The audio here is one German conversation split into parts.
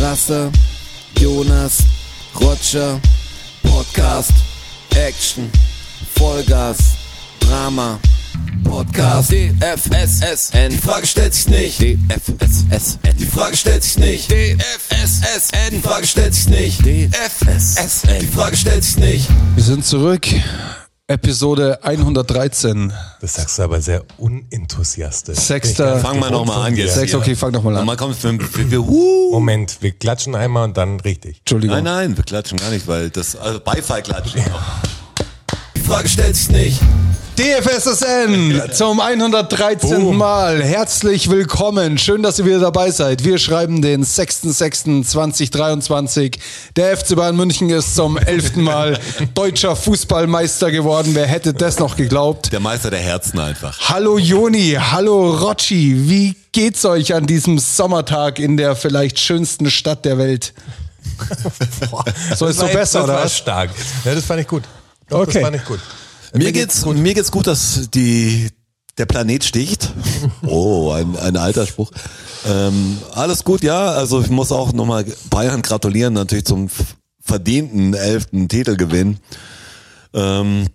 Lasse, Jonas, Roger, Podcast, Action, Vollgas, Drama, Podcast, DFSSN, die Frage stellt sich nicht, DFSSN, die Frage stellt sich nicht, DFSSN, die Frage stellt sich nicht, DFSSN, die Frage stellt sich nicht. Wir sind zurück. Episode 113. Das sagst du aber sehr unenthusiastisch. Sechster. Fang mal nochmal an jetzt. Sechs, hier. okay, fang doch mal an. Nochmal kommst du mit dem- wir- Huh. Moment, wir klatschen einmal und dann richtig. Entschuldigung. Nein, nein, wir klatschen gar nicht, weil das, also Beifall klatschen. Die Frage stellt sich nicht. DFSSN zum 113. Boom. Mal. Herzlich willkommen. Schön, dass ihr wieder dabei seid. Wir schreiben den 6.6.2023. Der FC Bayern München ist zum 11. Mal deutscher Fußballmeister geworden. Wer hätte das noch geglaubt? Der Meister der Herzen einfach. Hallo Joni, hallo Rocci. Wie geht's euch an diesem Sommertag in der vielleicht schönsten Stadt der Welt? So ist so Das war jetzt- besser, das oder war was? stark. Ja, das fand ich gut. Doch, Okay. Das fand ich gut. Mir geht's, mir geht's gut, dass die, der Planet sticht. Oh, ein, ein alter Spruch. Ähm, alles gut, ja. Also ich muss auch nochmal Bayern gratulieren, natürlich zum f- verdienten elften Titelgewinn. Ähm,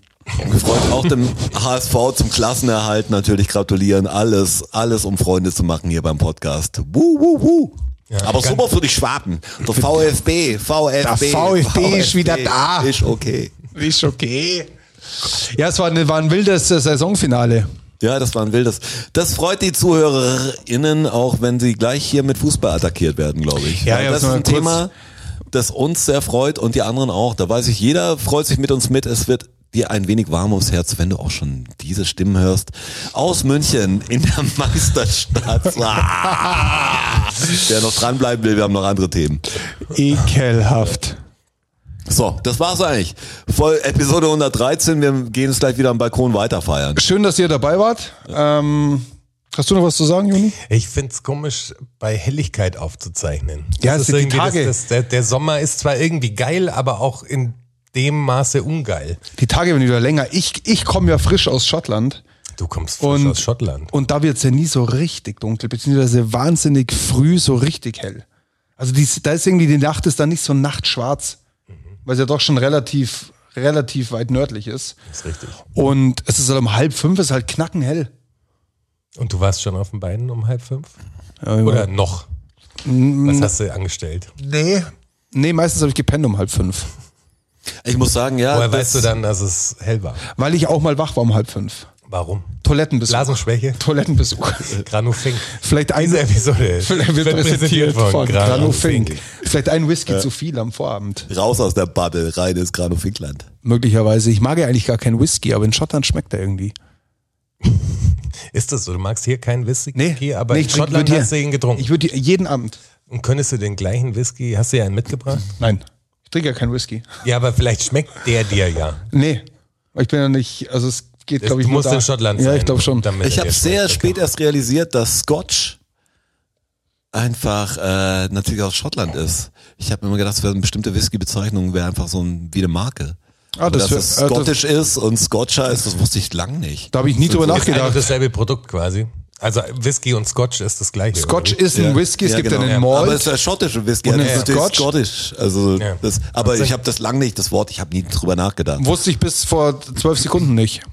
Freund auch dem HSV zum Klassenerhalt natürlich gratulieren. Alles, alles um Freunde zu machen hier beim Podcast. Wuh, wuh, wuh. Ja, Aber ganz- super für die Schwaben. Der VfB, VfB. VfB ist wieder da. Ist okay. Ist okay. Ja, es war, eine, war ein wildes äh, Saisonfinale. Ja, das war ein wildes. Das freut die ZuhörerInnen auch, wenn sie gleich hier mit Fußball attackiert werden, glaube ich. Ja, Weil ja, das jetzt ist mal ein kurz- Thema, das uns sehr freut und die anderen auch. Da weiß ich, jeder freut sich mit uns mit. Es wird dir ein wenig warm ums Herz, wenn du auch schon diese Stimmen hörst. Aus München in der Meisterstadt. Ah! Wer noch dranbleiben will, wir haben noch andere Themen. Ekelhaft. So, das war's eigentlich. Voll Episode 113. Wir gehen es gleich wieder am Balkon weiterfeiern. Schön, dass ihr dabei wart. Ähm, hast du noch was zu sagen, Juni? Ich find's komisch, bei Helligkeit aufzuzeichnen. Ja, Das es sind die irgendwie das- Tage. Das, der, der Sommer ist zwar irgendwie geil, aber auch in dem Maße ungeil. Die Tage werden wieder länger. Ich, ich komme ja frisch aus Schottland Du kommst frisch Und- Oh. aus Schottland. und da wird es ja nie so richtig dunkel, beziehungsweise wahnsinnig früh so richtig hell. Also die, da ist irgendwie die Nacht ist dann nicht so nachtschwarz, weil es ja doch schon relativ, relativ weit nördlich ist. Das ist richtig. Und es ist halt um halb fünf, ist halt knackenhell. Und du warst schon auf den Beinen um halb fünf? Oder noch? Mm. Was hast du angestellt? Nee. Nee, meistens habe ich gepennt um halb fünf. Ich muss sagen, ja. Woher das- weißt du dann, dass es hell war? Weil ich auch mal wach war um halb fünf. Warum? Toilettenbesuch. Blasenschwäche? Toilettenbesuch. Granufink. Vielleicht ein, Diese Episode vielleicht Äh. wird präsentiert von Grano Fink. Vielleicht ein Whisky zu viel am Vorabend. Raus aus der Bubble, rein ins Granofinkland. Möglicherweise. Ich mag ja eigentlich gar keinen Whisky, aber in Schottland schmeckt er irgendwie. Ist das so? Du magst hier keinen Whisky, aber nee, in ich trinke- Schottland würd hast du ihn getrunken. Ich würde jeden Abend. Und könntest du den gleichen Whisky, hast du ja einen mitgebracht? Nein. Ich trinke ja keinen Whisky. Ja, aber vielleicht schmeckt der dir ja. Nee. Ich bin ja nicht, also es geht, glaube ich, du nur musst da. in Schottland Ja, sein. ich glaube schon. damit Ich er dir habe sehr schmeckt. spät erst realisiert, dass Scotch einfach äh, natürlich aus Schottland ist. Ich habe immer gedacht, es wäre eine bestimmte Whisky-Bezeichnung, wäre einfach so ein, wie eine Marke. Ah, Aber das wär- dass es äh, das- Scottish ist und Scotcher ist, das wusste ich lang nicht. Da habe ich nie drüber Ist einfach nachgedacht. dasselbe Produkt quasi. Also Whisky und Scotch ist das gleiche. Scotch oder? ist ein Whisky, es Ja, gibt genau. einen Malt. Aber es ist der schottische Whisky, Und ja, ein das ist natürlich Scotch. Scottish. Also Ja. das, aber Wahnsinn. ich habe das lang nicht, das Wort, ich habe nie drüber nachgedacht. Wusste ich bis vor zwölf Sekunden nicht.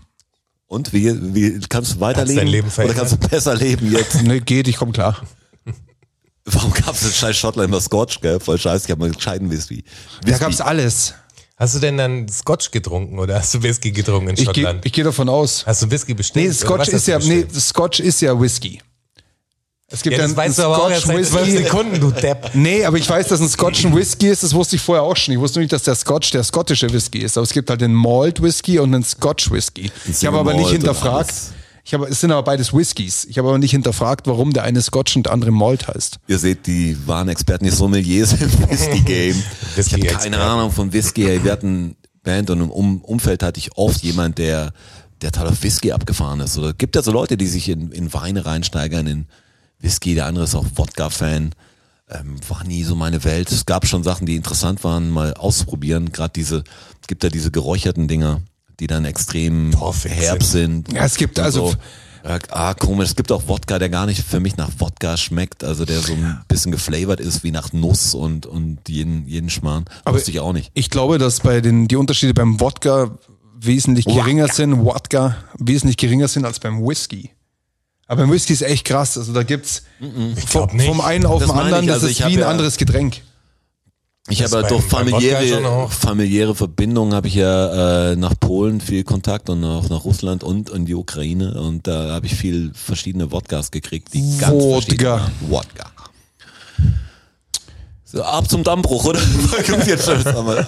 Und wie, wie kannst du weiterleben? dein Leben oder kannst du besser leben jetzt? Nee, geht, ich komme klar. Warum gab es den scheiß Schottland immer Scotch, gell? Voll scheiße, ich habe mal gescheiten Whisky. Da gab's alles. Hast du denn dann Scotch getrunken oder hast du Whisky getrunken in Ich gehe Schottland? ich geh davon aus. hast du Whisky Nee, bestellt? oder was Scotch hast ist du ja, nee, bestellt? Scotch ist ja Whisky. Es gibt ja, Ja, das einen weißt du aber auch erst Scotch seit zwölf Whisky. Sekunden, du Depp. Nee, aber ich weiß, dass ein Scotch ein Whisky ist, das wusste ich vorher auch schon. Ich wusste nicht, dass der Scotch der skottische Whisky ist, aber es gibt halt den Malt Whisky und einen Scotch Whisky. Ich habe aber Malt nicht und hinterfragt. alles. Ich habe, es sind aber beides Whiskys. Ich habe aber nicht hinterfragt, warum der eine Scotch und der andere Malt heißt. Ihr seht, die waren Experten, die Sommeliers im Whisky-Game. ich habe Whisky-Experten. keine Ahnung von Whisky. ey. Wir hatten Band und im um Umfeld hatte ich oft jemand, der, der total auf Whisky abgefahren ist. Oder gibt ja so Leute, die sich in, in Weine reinsteigern, in Whisky. Der andere ist auch Wodka-Fan. Ähm, war nie so meine Welt. Es gab schon Sachen, die interessant waren, mal auszuprobieren. Gerade diese, gibt ja diese geräucherten Dinger, die dann extrem Torfig herb sind. Ja, es gibt und also so. Ja, ah, komisch. Es gibt auch Wodka, der gar nicht für mich nach Wodka schmeckt, also der so ein bisschen geflavored ist wie nach Nuss und, und jeden, jeden Schmarrn. Aber- Wusste ich auch nicht. Ich glaube, dass bei den, die Unterschiede beim Wodka wesentlich geringer sind, Wodka wesentlich geringer sind als beim Whisky. Aber beim Whisky ist echt krass. Also da gibt's glaub vom, nicht. vom einen auf Das den meine ich. anderen, das Also ist ich hab wie ein ja- anderes Getränk. Ich Das habe beim- durch beim Wodka schon familiäre, auch. familiäre Verbindungen habe ich ja äh, nach Polen viel Kontakt und auch nach Russland und in die Ukraine und da habe ich viel verschiedene Wodkas gekriegt, die ganz Wodka. verschieden waren. Wodka. So, ab zum Dammbruch, oder? Jetzt schon einmal.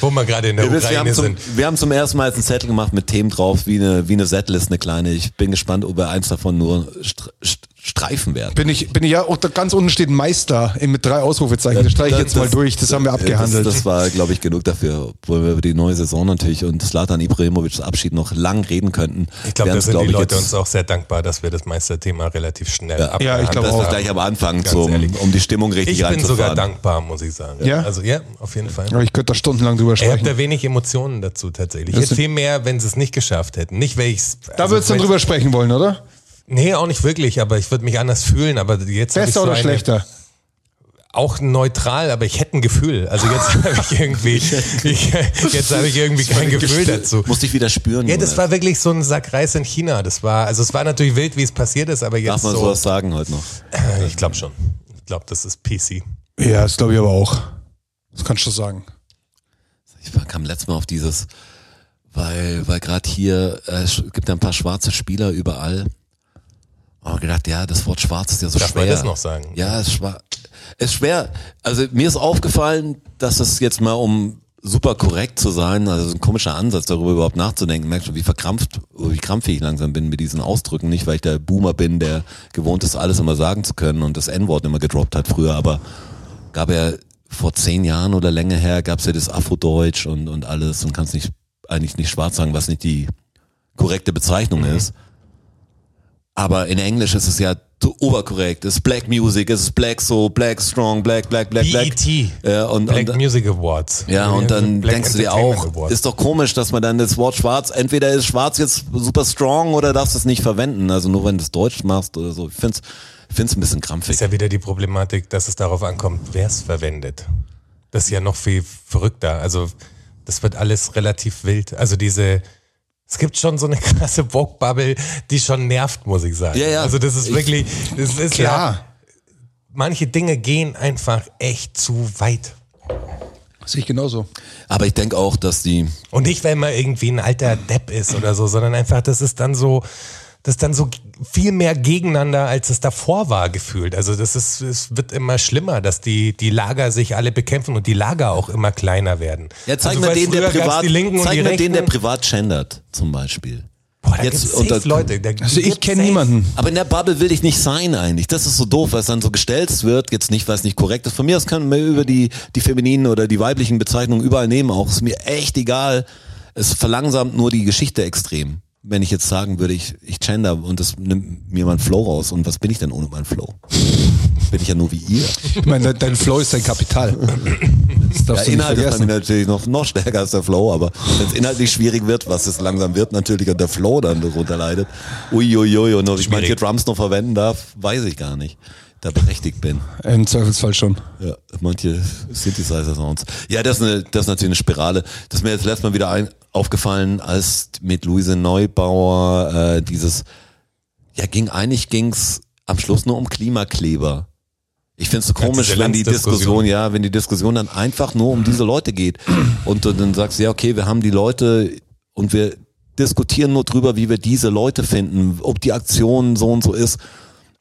Wo wir gerade in der Ihr wisst, wir, Ukraine haben zum, sind. wir haben zum ersten Mal jetzt einen Zettel gemacht mit Themen drauf, wie eine, wie eine Setlist, eine kleine. Ich bin gespannt, ob wir eins davon nur str- st- streifen werden. Bin ich, bin ich ja, oh, da ganz unten steht Meister in- mit drei Ausrufezeichen. Das streiche ich jetzt mal durch. Das haben wir abgehandelt. Das, das war, glaube ich, genug dafür, obwohl wir über die neue Saison natürlich und Slatan Ibrahimovics Abschied noch lang reden könnten. Ich glaube, da Werden's, sind die ich, Leute jetzt- uns auch sehr dankbar, dass wir das Meisterthema relativ schnell ja, Ja, ich glaub das auch. ist gleich am Anfang, Ganz zum, ehrlich. um die Stimmung richtig Ich bin reinzufahren. sogar dankbar, muss ich sagen. Ja? Also ja, auf jeden Fall. Aber ich könnte da stundenlang drüber Ich habe sprechen. da wenig Emotionen dazu tatsächlich. Das sind- Viel mehr, wenn sie es nicht geschafft hätten. Nicht, weil ich's. Da also würdest du dann vielleicht- drüber sprechen wollen, oder? Nee, auch nicht wirklich, aber ich würde mich anders fühlen. Aber jetzt hab ich Besser so oder eine- schlechter? Auch neutral, aber ich hätte ein Gefühl. Also jetzt habe ich irgendwie, ich, jetzt habe ich irgendwie kein Gefühl dazu. Musste ich wieder spüren. Ja, das Jonas. war wirklich so ein Sack Reis in China. Das war, also es war natürlich wild, wie es passiert ist, aber jetzt Darf man so. sowas sagen heute noch? Ich glaube schon. Ich glaube, das ist PC. Ja, das glaube ich aber auch. Das kannst du sagen. Ich war- kam letztes Mal auf dieses, weil, weil gerade hier, äh, es gibt ja ein paar schwarze Spieler überall. Und gedacht, ja, das Wort schwarz ist ja so Darf schwer. man das noch sagen? Ja, es ist schwer. Es ist schwer. Also mir ist aufgefallen, dass es jetzt mal um super korrekt zu sein, also so ein komischer Ansatz darüber überhaupt nachzudenken. Merkst schon, wie verkrampft, wie krampfig ich langsam bin mit diesen Ausdrücken. Nicht, weil ich der Boomer bin, der gewohnt ist, alles immer sagen zu können und das N-Wort immer gedroppt hat früher, aber gab ja vor zehn Jahren oder länger her, gab's ja das Afrodeutsch und, und alles und kannst nicht, eigentlich nicht schwarz sagen, was nicht die korrekte Bezeichnung Mhm. ist. Aber in Englisch ist es ja zu oberkorrekt. Es ist Black Music, es ist Black So, Black Strong, Black, Black, Black, Black. BET. Ja, und, E Black und, Music Awards. ja, und dann Black denkst du dir Entertainment auch, Awards. ist doch komisch, dass man dann das Wort schwarz, entweder ist schwarz jetzt super strong oder darfst es nicht verwenden. Also nur wenn du es deutsch machst oder so. Ich find's, ich find's ein bisschen krampfig. ist ja wieder die Problematik, dass es darauf ankommt, wer es verwendet. Das ist ja noch viel verrückter. Also das wird alles relativ wild. Also diese, es gibt schon so eine krasse Vogue-Bubble, die schon nervt, muss ich sagen. Ja, ja. Also das ist Ich- wirklich, das ist ja, Klar. manche Dinge gehen einfach echt zu weit. Sehe ich genauso. Aber ich denk auch, dass die, Und nicht, weil man irgendwie ein alter Depp ist oder so, sondern einfach, das ist dann so, das ist dann so viel mehr gegeneinander, als es davor war, gefühlt. Also das ist, es wird immer schlimmer, dass die, die Lager sich alle bekämpfen und die Lager auch immer kleiner werden. Ja, zeig also, mir weil den, der früher gab's privat, die Linken und zeig die mir den, der Rechten. privat gendert, zum Beispiel. Boah, da jetzt gibt's unter- safe Leute. Da Also ich gibt's kenne safe- niemanden. Aber in der Bubble will ich nicht sein eigentlich. Das ist so doof, weil es dann so gestellt wird, jetzt nicht, weil es nicht korrekt ist. Von mir aus können wir über die, die femininen oder die weiblichen Bezeichnungen überall nehmen, auch ist mir echt egal. Es verlangsamt nur die Geschichte extrem. Wenn ich jetzt sagen würde, ich, ich gender und das nimmt mir meinen Flow raus. Und was bin ich denn ohne meinen Flow? bin ich ja nur wie ihr. Ich meine, dein, dein Flow ist dein Kapital. Das Ja, darfst du nicht Inhalt ist dann vergessen. natürlich noch, noch stärker als der Flow, aber wenn es inhaltlich schwierig wird, was es langsam wird, natürlich und der Flow dann darunter leidet, uiuiui, und ob ich manche Drums noch verwenden darf, weiß ich gar nicht. Da berechtigt bin. Im Zweifelsfall schon. Ja, manche Synthesizer-Sounds. Ja, das ist, eine, das ist natürlich eine Spirale. Das ist mir jetzt letztes Mal wieder ein, aufgefallen, als mit Luise Neubauer äh, dieses, ja, ging eigentlich ging's am Schluss nur um Klimakleber. Ich find's so Ja, diese komisch, wenn die Landsdiskussion. Diskussion, ja, wenn die Diskussion dann einfach nur um diese Leute geht. Und du dann sagst, du, ja, okay, wir haben die Leute und wir diskutieren nur drüber, wie wir diese Leute finden, ob die Aktion so und so ist.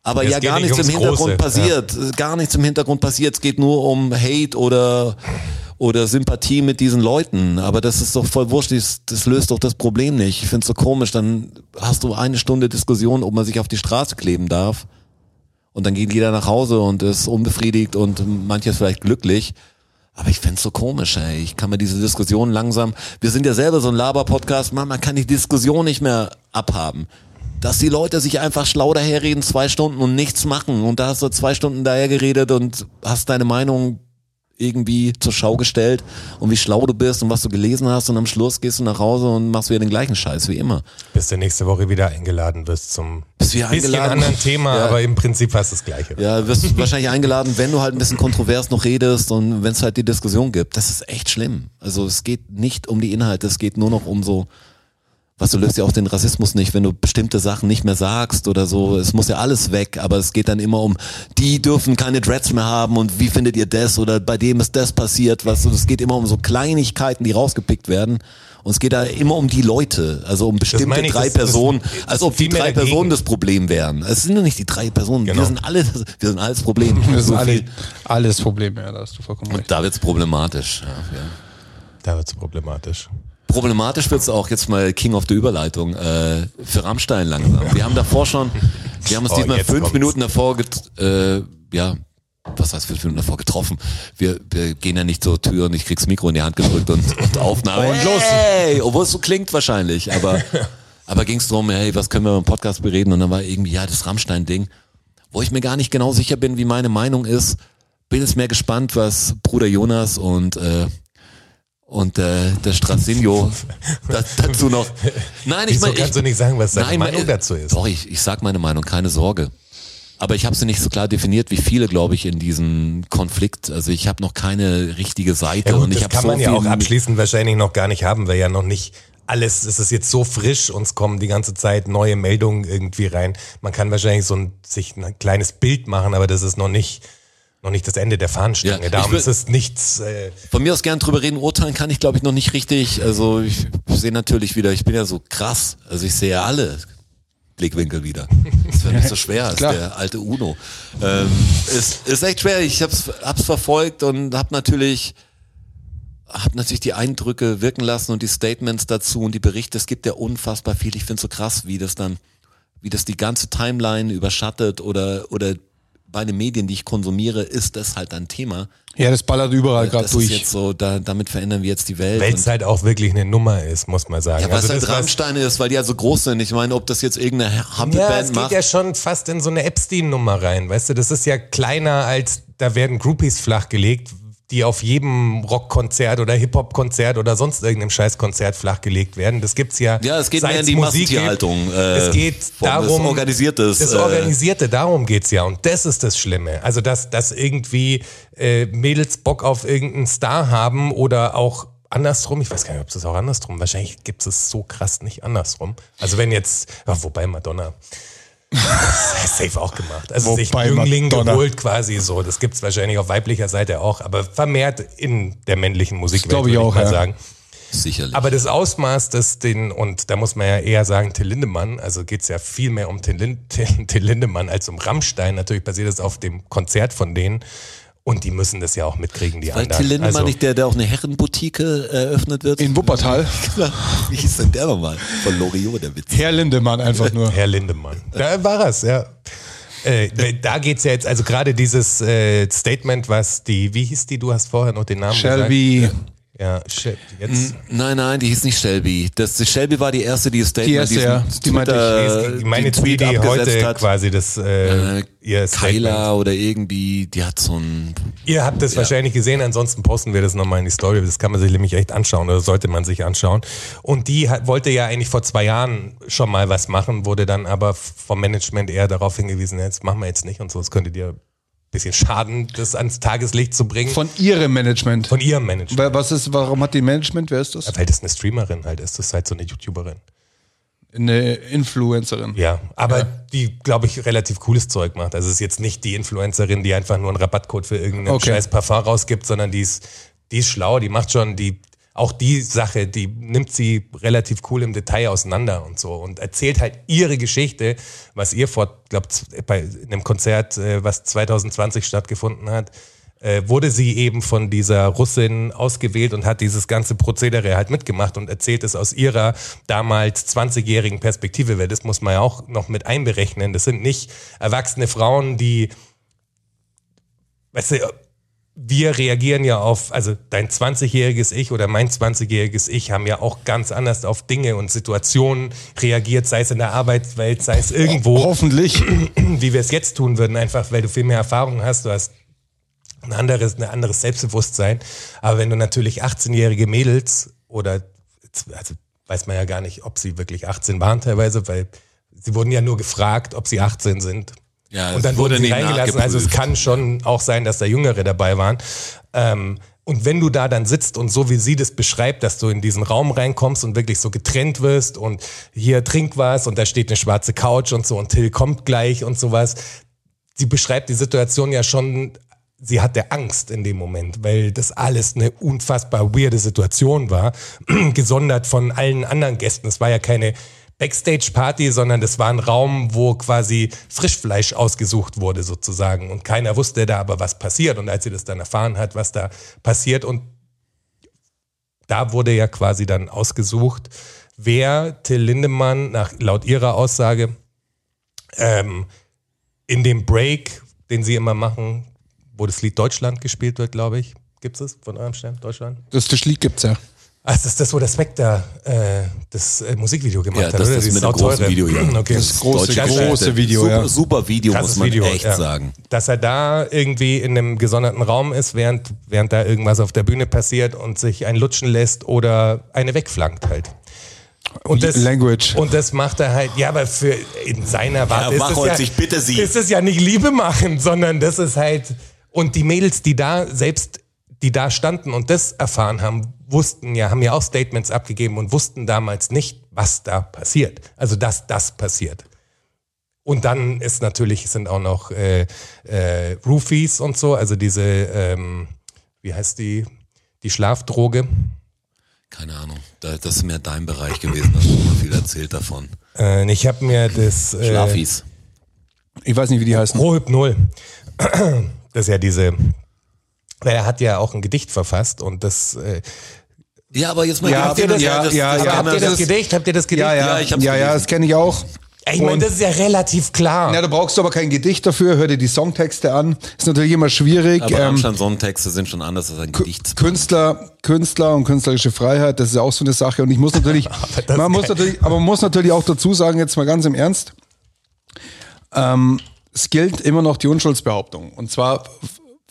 Aber Es ja, geht gar nicht nichts im ums Hintergrund Große, ja. passiert passiert. Gar nichts im Hintergrund passiert. Es geht nur um Hate oder, oder Sympathie mit diesen Leuten. Aber das ist doch voll wurscht. Das, das löst doch das Problem nicht. Ich find's so komisch. Dann hast du eine Stunde Diskussion, ob man sich auf die Straße kleben darf. Und dann geht jeder nach Hause und ist unbefriedigt und manches vielleicht glücklich. Aber ich find's so komisch, ey. Ich kann mir diese Diskussion langsam. Wir sind ja selber so ein Laber-Podcast. Mann, man kann die Diskussion nicht mehr abhaben. Dass die Leute sich einfach schlau daherreden, zwei Stunden und nichts machen. Und da hast du zwei Stunden dahergeredet und hast deine Meinung irgendwie zur Schau gestellt und wie schlau du bist und was du gelesen hast und am Schluss gehst du nach Hause und machst wieder den gleichen Scheiß wie immer. Bis du nächste Woche wieder eingeladen wirst zum Bis wir bisschen eingeladen- anderen Thema, Ja. aber im Prinzip fast das Gleiche. Ja, wirst wahrscheinlich eingeladen, wenn du halt ein bisschen kontrovers noch redest und wenn es halt die Diskussion gibt. Das ist echt schlimm. Also es geht nicht um die Inhalte, es geht nur noch um so, was du löst ja auch den Rassismus nicht, wenn du bestimmte Sachen nicht mehr sagst oder so. Es muss ja alles weg, aber es geht dann immer um, die dürfen keine Dreads mehr haben und wie findet ihr das oder bei dem ist das passiert, was es geht immer um so Kleinigkeiten, die rausgepickt werden. Und es geht da immer um die Leute, also um bestimmte meine ich, drei das- das- Personen, als ob die viel mehr drei dagegen. Personen das Problem wären. Es sind ja nicht die drei Personen, Genau. wir sind alle, das- wir sind alles Problem. Das So sind alle, viel- alles Probleme, ja, da hast du vollkommen recht. Da wird's problematisch. Ja, ja. Da wird's problematisch. Problematisch wird's auch jetzt mal King of the Überleitung äh, für Rammstein langsam. Wir haben davor schon, wir haben uns Oh, diesmal jetzt fünf kommt's. Minuten davor, get, äh, ja, was heißt fünf Minuten davor getroffen? Wir, wir gehen ja nicht zur Tür und ich krieg's Mikro in die Hand gedrückt und, und Aufnahme. Oh, Und los. Hey, obwohl es so klingt wahrscheinlich, aber aber ging's drum, hey, was können wir im Podcast bereden? Und dann war irgendwie ja das Rammstein-Ding, wo ich mir gar nicht genau sicher bin, wie meine Meinung ist. Bin jetzt mehr gespannt, was Bruder Jonas und äh, und äh, der Strazinho da, dazu noch. Nein, ich Wieso meine, ich, kannst du nicht sagen, was deine nein, Meinung äh, dazu ist? Doch, ich, ich sag meine Meinung, keine Sorge. Aber ich habe sie nicht so klar definiert wie viele, glaube ich, in diesem Konflikt. Also ich habe noch keine richtige Seite Ja, gut, und ich das habe kann so man ja viel auch abschließend wahrscheinlich noch gar nicht haben, weil ja noch nicht alles, es ist jetzt so frisch, uns kommen die ganze Zeit neue Meldungen irgendwie rein. Man kann wahrscheinlich so ein, sich ein kleines Bild machen, aber das ist noch nicht, noch nicht das Ende der Fahnenstange. Ja, ich Darum will- ist es nichts, äh, Von mir aus gern drüber reden, urteilen kann ich, glaube ich, noch nicht richtig. Also ich sehe natürlich wieder, ich bin ja so krass. Also ich sehe ja alle Blickwinkel wieder. Das wäre nicht so schwer als Klar. der alte Uno. Ähm, ist, ist echt schwer. Ich hab's, hab's verfolgt und hab natürlich hab natürlich die Eindrücke wirken lassen und die Statements dazu und die Berichte. Es gibt ja unfassbar viel. Ich find's so krass, wie das dann, wie das die ganze Timeline überschattet oder oder bei den Medien, die ich konsumiere, ist das halt ein Thema Ja, das ballert überall gerade das durch. ist jetzt so, da, damit verändern wir jetzt die Welt. weil Und- es halt auch wirklich eine Nummer ist, muss man sagen. ja, was halt was- Rammstein ist, weil die ja so groß sind. Ich meine, ob das jetzt irgendeine Ja, Hampelband es geht macht. ja schon fast in so eine Epstein-Nummer rein, weißt du? Das ist ja kleiner als, da werden Groupies flachgelegt, die auf jedem Rockkonzert oder Hip-Hop-Konzert oder sonst irgendeinem Scheißkonzert flachgelegt werden. Das gibt's ja. Ja, es geht seit's mehr in die Musik gibt. Massentierhaltung, äh, es geht von- das darum. Organisierte ist, Das äh, Organisierte, darum geht's ja. Und das ist das Schlimme. Also, dass, dass irgendwie äh, Mädels Bock auf irgendeinen Star haben oder auch andersrum, ich weiß gar nicht, ob es das auch andersrum, wahrscheinlich gibt's es so krass nicht andersrum. Also wenn jetzt, ja, wobei Madonna, safe auch gemacht. Also sich Wobei Jüngling Madonna. geholt quasi so. Das gibt's wahrscheinlich auf weiblicher Seite auch, aber vermehrt in der männlichen Musikwelt, glaub ich würd auch, mal ja. sagen. Sicherlich. Aber das Ausmaß, das den, und da muss man ja eher sagen, Till Lindemann, also geht's ja viel mehr um Till, Lin Till, Till Lindemann als um Rammstein. Natürlich passiert das auf dem Konzert von denen. Und die müssen das ja auch mitkriegen, die weil anderen. Till Lindemann also, nicht der, der auch eine Herrenboutique äh, eröffnet wird? Genau. In Wuppertal. Wie hieß denn der nochmal? Von Loriot, der Witz. Herr Lindemann einfach nur. Herr Lindemann. Da war es, ja. Äh, da geht's ja jetzt, also gerade dieses äh, Statement, was die, wie hieß die, du hast vorher noch den Namen Shelby. gesagt. Ja, Shit, jetzt. Nein, nein, die hieß nicht Shelby. Das, die Shelby war die erste, die das Statement, Die erste, ja. diesen Die meinte Twitter- Ich meine, Äh, den die, die heute hat. quasi das äh, Äh, ihr Statement. Kyla oder irgendwie, die hat so ein Ihr habt das wahrscheinlich gesehen, ansonsten posten wir das nochmal in die Story. Das kann man sich nämlich echt anschauen oder sollte man sich anschauen. Und die hat, wollte ja eigentlich vor zwei Jahren schon mal was machen, wurde dann aber vom Management eher darauf hingewiesen, ja, jetzt machen wir jetzt nicht und so, es könnte dir ein bisschen schaden, das ans Tageslicht zu bringen. Von, Von ihrem Management. ihrem Management. Wa- Was ist, warum hat die Management? Wer ist das? Weil das eine Streamerin halt ist, das ist halt so eine YouTuberin. Eine Influencerin. Ja, aber die, glaube ich, relativ cooles Zeug macht. Also es ist jetzt nicht die Influencerin, die einfach nur einen Rabattcode für irgendeinen Okay. scheiß Parfum rausgibt, sondern die ist, die ist schlau, die macht schon die, auch die Sache, die nimmt sie relativ cool im Detail auseinander und so und erzählt halt ihre Geschichte, was ihr vor, glaube bei einem Konzert, äh, was 2020 stattgefunden hat, äh, wurde sie eben von dieser Russin ausgewählt und hat dieses ganze Prozedere halt mitgemacht und erzählt es aus ihrer damals 20-jährigen Perspektive, weil das muss man ja auch noch mit einberechnen. Das sind nicht erwachsene Frauen, die, weißt du, wir reagieren ja auf, also dein 20-jähriges Ich oder mein 20-jähriges Ich haben ja auch ganz anders auf Dinge und Situationen reagiert, sei es in der Arbeitswelt, sei es irgendwo Hoffentlich. wie wir es jetzt tun würden, einfach weil du viel mehr Erfahrung hast. Du hast ein anderes, ein anderes Selbstbewusstsein. Aber wenn du natürlich 18-jährige Mädels oder, also weiß man ja gar nicht, ob sie wirklich 18 waren teilweise, weil sie wurden ja nur gefragt, ob sie 18 sind. Ja, Und dann wurden sie reingelassen. Also es kann schon auch sein, dass da Jüngere dabei waren. Ähm, und wenn du da dann sitzt und so wie sie das beschreibt, dass du in diesen Raum reinkommst und wirklich so getrennt wirst und hier trink was und da steht eine schwarze Couch und so und Till kommt gleich und sowas. Sie beschreibt die Situation ja schon, sie hatte Angst in dem Moment, weil das alles eine unfassbar weirde Situation war, gesondert von allen anderen Gästen. Es war ja keine Backstage-Party, sondern das war ein Raum, wo quasi Frischfleisch ausgesucht wurde sozusagen und keiner wusste da aber, was passiert und als sie das dann erfahren hat, was da passiert und da wurde ja quasi dann ausgesucht, wer Till Lindemann nach, laut ihrer Aussage ähm, in dem Break, den sie immer machen, wo das Lied Deutschland gespielt wird, glaube ich, gibt es von eurem Stern, Deutschland? Das, das Lied gibt's ja. Ah, ist das das, wo der Spectre äh, das äh, Musikvideo gemacht Ja, hat? das, oder? das Dieses mit dem großen sauteure. Video, ja. Okay. Das große, deutsche große Geschichte. Video, super, ja. super Video, Krasses muss man Video, echt ja. sagen. Dass er da irgendwie in einem gesonderten Raum ist, während, während da irgendwas auf der Bühne passiert und sich einen lutschen lässt oder eine wegflankt halt. Und das, Language. und das macht er halt, ja, aber für in seiner Warte ist, Wachholz, es ja, ich bitte Sie. ist es ja nicht Liebe machen, sondern das ist halt, und die Mädels, die da selbst, die da standen und das erfahren haben, wussten ja, haben ja auch Statements abgegeben und wussten damals nicht, was da passiert. Also, dass das passiert. Und dann ist natürlich, sind auch noch äh, äh, Roofies und so, also diese, ähm, wie heißt die, die Schlafdroge. Keine Ahnung. Da- Das ist mehr dein Bereich gewesen, hast du immer viel erzählt davon. Äh, ich habe mir das äh, Schlafis. Ich weiß nicht, wie die heißen. Rohypnol. Das ist ja diese. Weil er hat ja auch ein Gedicht verfasst und das. Äh, Ja, aber jetzt mal Ja, habt ihr ja, das- ja, das- ja, das- ja. das- habt ihr das- das Gedicht? Habt ihr das Gedicht? Ja, ja, Ja, ich hab's ja, ja, gelesen. das kenne ich auch. Ich meine, das ist ja relativ klar. Ja, da brauchst du aber kein Gedicht dafür. Hör dir die Songtexte an. Ist natürlich immer schwierig. ähm, Aber Rammstein-Songtexte sind schon anders als ein Gedicht. Künstler, Künstler und künstlerische Freiheit, das ist ja auch so eine Sache. Und ich muss natürlich, das man ist muss geil. natürlich, aber man muss natürlich auch dazu sagen, jetzt mal ganz im Ernst, ähm, es gilt immer noch die Unschuldsbehauptung. Und zwar f-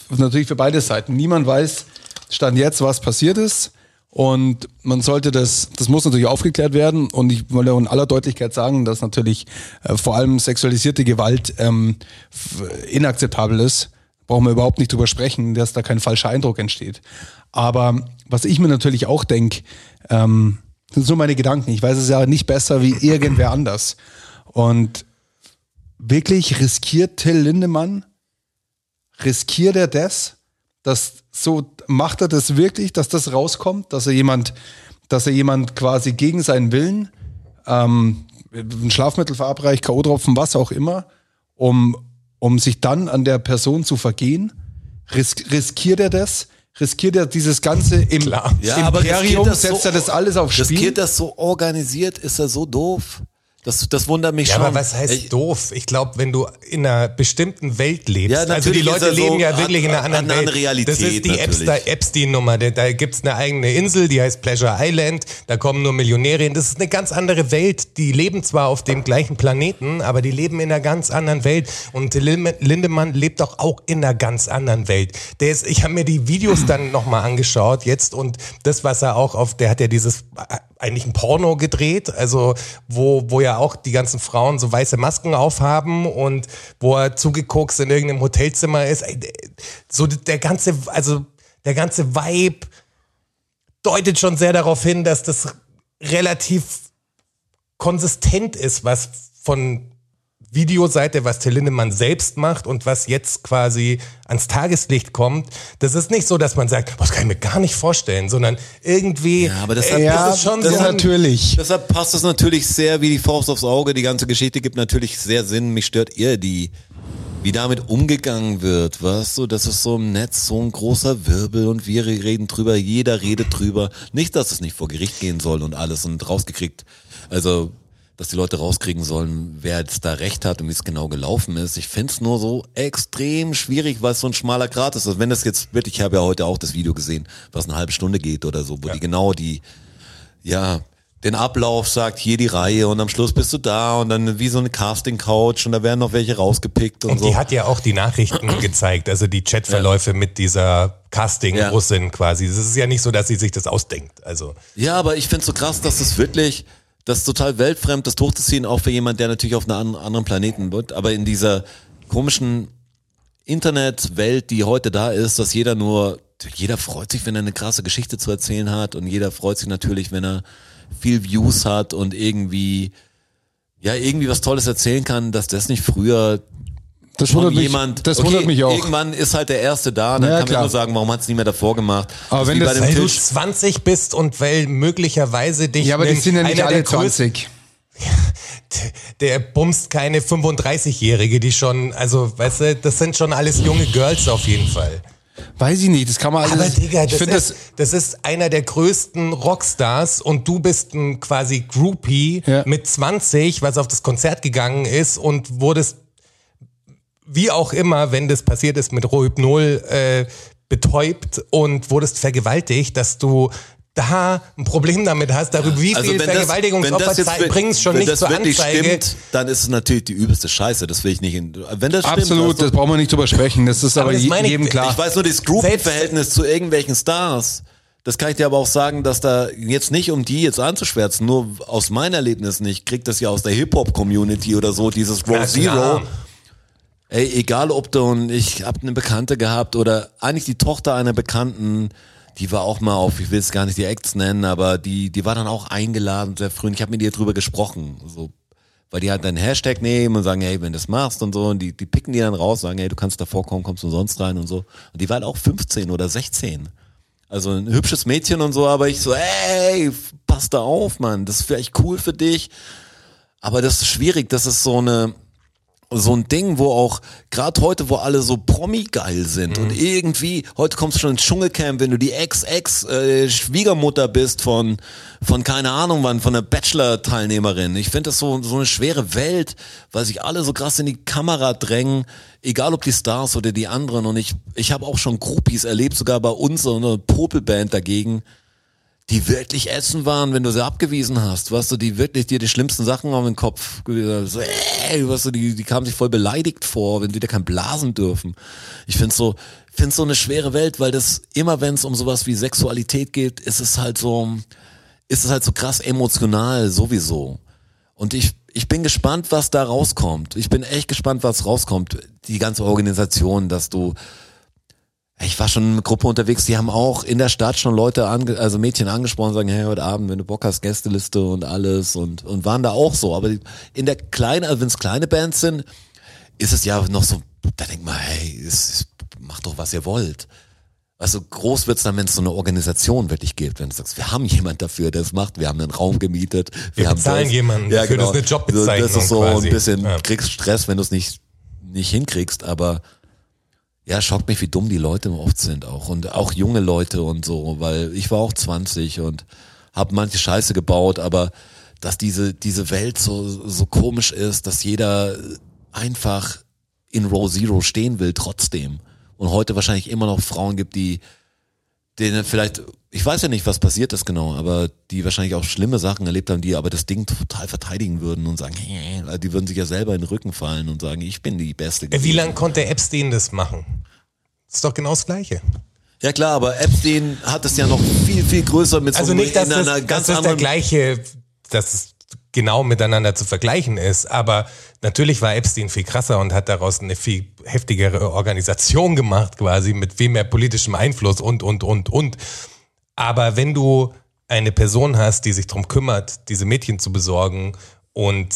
f- natürlich für beide Seiten. Niemand weiß, stand jetzt, was passiert ist. Und man sollte das, das muss natürlich aufgeklärt werden. Und ich will auch in aller Deutlichkeit sagen, dass natürlich äh, vor allem sexualisierte Gewalt ähm, f- inakzeptabel ist brauchen wir überhaupt nicht drüber sprechen, dass da kein falscher Eindruck entsteht. Aber was ich mir natürlich auch denke, ähm, sind so meine Gedanken. Ich weiß es ja nicht besser wie irgendwer anders. Und wirklich riskiert Till Lindemann, riskiert er das, dass so macht er das wirklich, dass das rauskommt, dass er jemand, dass er jemand quasi gegen seinen Willen ähm, ein Schlafmittel verabreicht, K.O.-Tropfen, was auch immer, um, um sich dann an der Person zu vergehen? Risk, riskiert er das? Riskiert er dieses ganze im Klar. Ja, aber riskiert Imperium? das so- setzt er das alles aufs Spiel? Riskiert das so organisiert? Ist er so doof? Das, das wundert mich Ja, schon. aber was heißt ich, doof? Ich glaube, wenn du in einer bestimmten Welt lebst, Ja, also die natürlich ist Leute er so leben ja an- wirklich in einer an- anderen an- an Welt. Realität das ist die natürlich. Epster- Epstein-Nummer. Da, da gibt's eine eigene Insel, die heißt Pleasure Island. Da kommen nur Millionäre hin. Das ist eine ganz andere Welt. Die leben zwar auf dem gleichen Planeten, aber die leben in einer ganz anderen Welt. Und Till Lin- Lindemann lebt doch auch in einer ganz anderen Welt. Der ist, ich habe mir die Videos dann nochmal angeschaut jetzt und das, was er auch auf, der hat ja dieses äh, eigentlich ein Porno gedreht, also wo, wo ja auch die ganzen Frauen so weiße Masken aufhaben und wo er zugeguckt in irgendeinem Hotelzimmer ist. Ey, der- So der ganze, also der ganze Vibe deutet schon sehr darauf hin, dass das relativ konsistent ist, was von Videoseite, was Till Lindemann selbst macht und was jetzt quasi ans Tageslicht kommt. Das ist nicht so, dass man sagt, "Boah, das kann ich mir gar nicht vorstellen, sondern irgendwie Ja, aber das äh, hat- Ja, das ein- natürlich. Deshalb passt es natürlich sehr wie die Faust aufs Auge. Die ganze Geschichte gibt natürlich sehr Sinn. Mich stört eher die, wie damit umgegangen wird. Weißt du, das ist so im Netz so ein großer Wirbel und wir reden drüber, jeder redet drüber. Nicht, dass es nicht vor Gericht gehen soll und alles und rausgekriegt. Also, dass die Leute rauskriegen sollen, wer jetzt da recht hat und wie es genau gelaufen ist. Ich find's nur so extrem schwierig, weil es so ein schmaler Grat ist. Also wenn das jetzt wirklich, ich habe ja heute auch das Video gesehen, was eine halbe Stunde geht oder so, wo die genau die ja, den Ablauf sagt, hier die Reihe und am Schluss bist du da und dann wie so eine Casting-Couch und da werden noch welche rausgepickt und, Und so. die hat ja auch die Nachrichten gezeigt, also die Chatverläufe mit dieser Casting-Russin quasi. Es ist ja nicht so, dass sie sich das ausdenkt. Also Ja, aber ich find's so krass, dass es wirklich, das ist total weltfremd, das hochzuziehen, auch für jemand, der natürlich auf einem an- anderen Planeten wird, aber in dieser komischen Internetwelt, die heute da ist, dass jeder nur, jeder freut sich, wenn er eine krasse Geschichte zu erzählen hat und jeder freut sich natürlich, wenn er viel Views hat und irgendwie, ja, irgendwie was Tolles erzählen kann, dass das nicht früher Das von wundert mich, jemand, das okay, wundert mich auch. irgendwann ist halt der Erste da, dann Ja, kann klar. man nur sagen, warum hat's nie mehr davor gemacht? Aber Das ist wenn wie das- bei weil dem du Tisch. 20 bist und weil möglicherweise dich Ja, aber die nen- sind ja nicht einer alle der größten- 20. der bumst keine 35-Jährige, die schon, also weißt du, das sind schon alles junge Girls auf jeden Fall. Weiß ich nicht, das kann man alles. Aber Also, Digga, ich das finde ist, das, das ist einer der größten Rockstars und du bist ein quasi Groupie Ja. mit 20, was auf das Konzert gegangen ist und wurdest, wie auch immer, wenn das passiert ist, mit Rohypnol äh, betäubt und wurdest vergewaltigt, dass du da ein Problem damit hast, darüber wie viel Vergewaltigungsopfer zei- bringen es schon Also wenn nicht zur das wirklich Anzeige. stimmt, dann ist es natürlich die übelste Scheiße. Das will ich nicht. In, wenn das absolut, stimmt, das brauchen wir nicht drüber sprechen. Das ist aber, also- das je- meine ich- jedem klar. ich weiß nur das Groupie-Verhältnis zu irgendwelchen Stars. Das kann ich dir aber auch sagen, dass da jetzt nicht, um die jetzt anzuschwärzen, nur aus meinen Erlebnissen, ich krieg das ja aus der Hip-Hop-Community oder so, dieses Row Na klar. Zero. Ey, egal ob du und ich hab eine Bekannte gehabt oder eigentlich die Tochter einer Bekannten, die war auch mal auf, ich will es gar nicht die Acts nennen, aber die, die war dann auch eingeladen sehr früh und ich habe mit ihr drüber gesprochen. So, weil die halt einen Hashtag nehmen und sagen, hey, wenn du das machst und so, und die, die picken die dann raus, sagen, hey, du kannst davor kommen, kommst umsonst rein und so. Und die war halt auch 15 oder 16. Also ein hübsches Mädchen und so, aber ich so, ey, pass da auf, Mann, das ist vielleicht cool für dich. Aber das ist schwierig, das ist so eine, so ein Ding, wo auch gerade heute, wo alle so Promi-geil sind und irgendwie, heute kommst du schon ins Dschungelcamp, wenn du die Ex-Ex-Schwiegermutter bist von, von keine Ahnung wann, von einer Bachelor-Teilnehmerin. Ich finde das so, so eine schwere Welt, weil sich alle so krass in die Kamera drängen, egal ob die Stars oder die anderen. Und ich, ich habe auch schon Groupies erlebt, sogar bei uns, so eine Popelband dagegen die wirklich essen waren, wenn du sie abgewiesen hast, weißt du, die wirklich dir die schlimmsten Sachen auf den Kopf, ge- so, ey, weißt du, die, die kamen sich voll beleidigt vor, wenn sie dir kein Blasen dürfen. Ich find's so, find's so eine schwere Welt, weil das immer, wenn es um sowas wie Sexualität geht, ist es halt so, ist es halt so krass emotional sowieso. Und ich, ich bin gespannt, was da rauskommt. Ich bin echt gespannt, was rauskommt. Die ganze Organisation, dass du, ich war schon in einer Gruppe unterwegs, die haben auch in der Stadt schon Leute, ange also Mädchen angesprochen, sagen, hey, heute Abend, wenn du Bock hast, Gästeliste und alles und, und waren da auch so. Aber die- in der kleinen, also wenn es kleine Bands sind, ist es ja noch so, da denkt man, hey, es, es, macht doch, was ihr wollt. Also groß wird's dann, wenn es so eine Organisation wirklich gibt, wenn du sagst, wir haben jemand dafür, der es macht, wir haben einen Raum gemietet, wir, Wir haben bezahlen das. jemanden ja, dafür, genau. das ist eine Jobbezeichnung Das ist so quasi. ein bisschen, Ja. kriegst Stress, wenn du es nicht, nicht hinkriegst, aber ja, schockt mich, wie dumm die Leute oft sind auch und auch junge Leute und so, weil ich war auch 20 und habe manche Scheiße gebaut, aber dass diese diese Welt so so komisch ist, dass jeder einfach in Row Zero stehen will trotzdem und heute wahrscheinlich immer noch Frauen gibt, die denen vielleicht ich weiß ja nicht, was passiert ist genau, aber die wahrscheinlich auch schlimme Sachen erlebt haben, die aber das Ding total verteidigen würden und sagen, die würden sich ja selber in den Rücken fallen und sagen, ich bin die Beste. Äh, Wie gewesen. lange konnte Epstein das machen? Ist doch genau das Gleiche. Ja klar, aber Epstein hat es ja noch viel, viel größer mit so Also nicht, dass um in das, einer ganz dass das der anderen... gleiche, dass es genau miteinander zu vergleichen ist, aber natürlich war Epstein viel krasser und hat daraus eine viel heftigere Organisation gemacht quasi mit viel mehr politischem Einfluss und, und, und, und. Aber wenn du eine Person hast, die sich drum kümmert, diese Mädchen zu besorgen und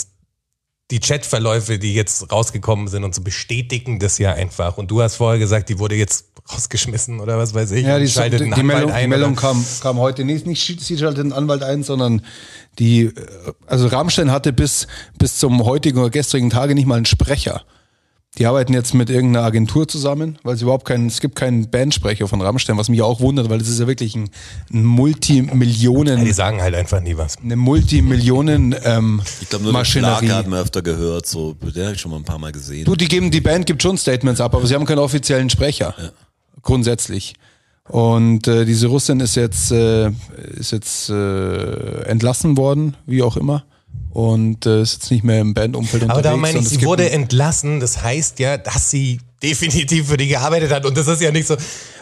die Chatverläufe, die jetzt rausgekommen sind und so bestätigen das ja einfach. Und du hast vorher gesagt, die wurde jetzt rausgeschmissen oder was weiß ich. Ja, und die, schaltet die, einen die Anwalt Meldung, die ein Meldung oder- kam, kam heute nicht. Nicht sch- sie schaltet den Anwalt ein, sondern die, äh, also Rammstein hatte bis, bis zum heutigen oder gestrigen Tage nicht mal einen Sprecher. Die arbeiten jetzt mit irgendeiner Agentur zusammen, weil es überhaupt keinen, es gibt keinen Bandsprecher von Rammstein, was mich auch wundert, weil es ist ja wirklich ein, ein Die Multimillionen, sagen halt einfach nie was. eine Multimillionen, ähm, Ich glaube, nur den Maschinerie. Schlag hat man öfter gehört, so, den habe ich schon mal ein paar Mal gesehen. Du, die geben, die Band gibt schon Statements ab, aber sie haben keinen offiziellen Sprecher. Grundsätzlich. Und äh, diese Russin ist jetzt, äh, ist jetzt äh, entlassen worden, wie auch immer. Und äh, ist jetzt nicht mehr im Bandumfeld Aber unterwegs. da meine und ich, es sie gibt wurde ein- entlassen. Das heißt ja, dass sie definitiv für die gearbeitet hat. Und das ist ja nicht so.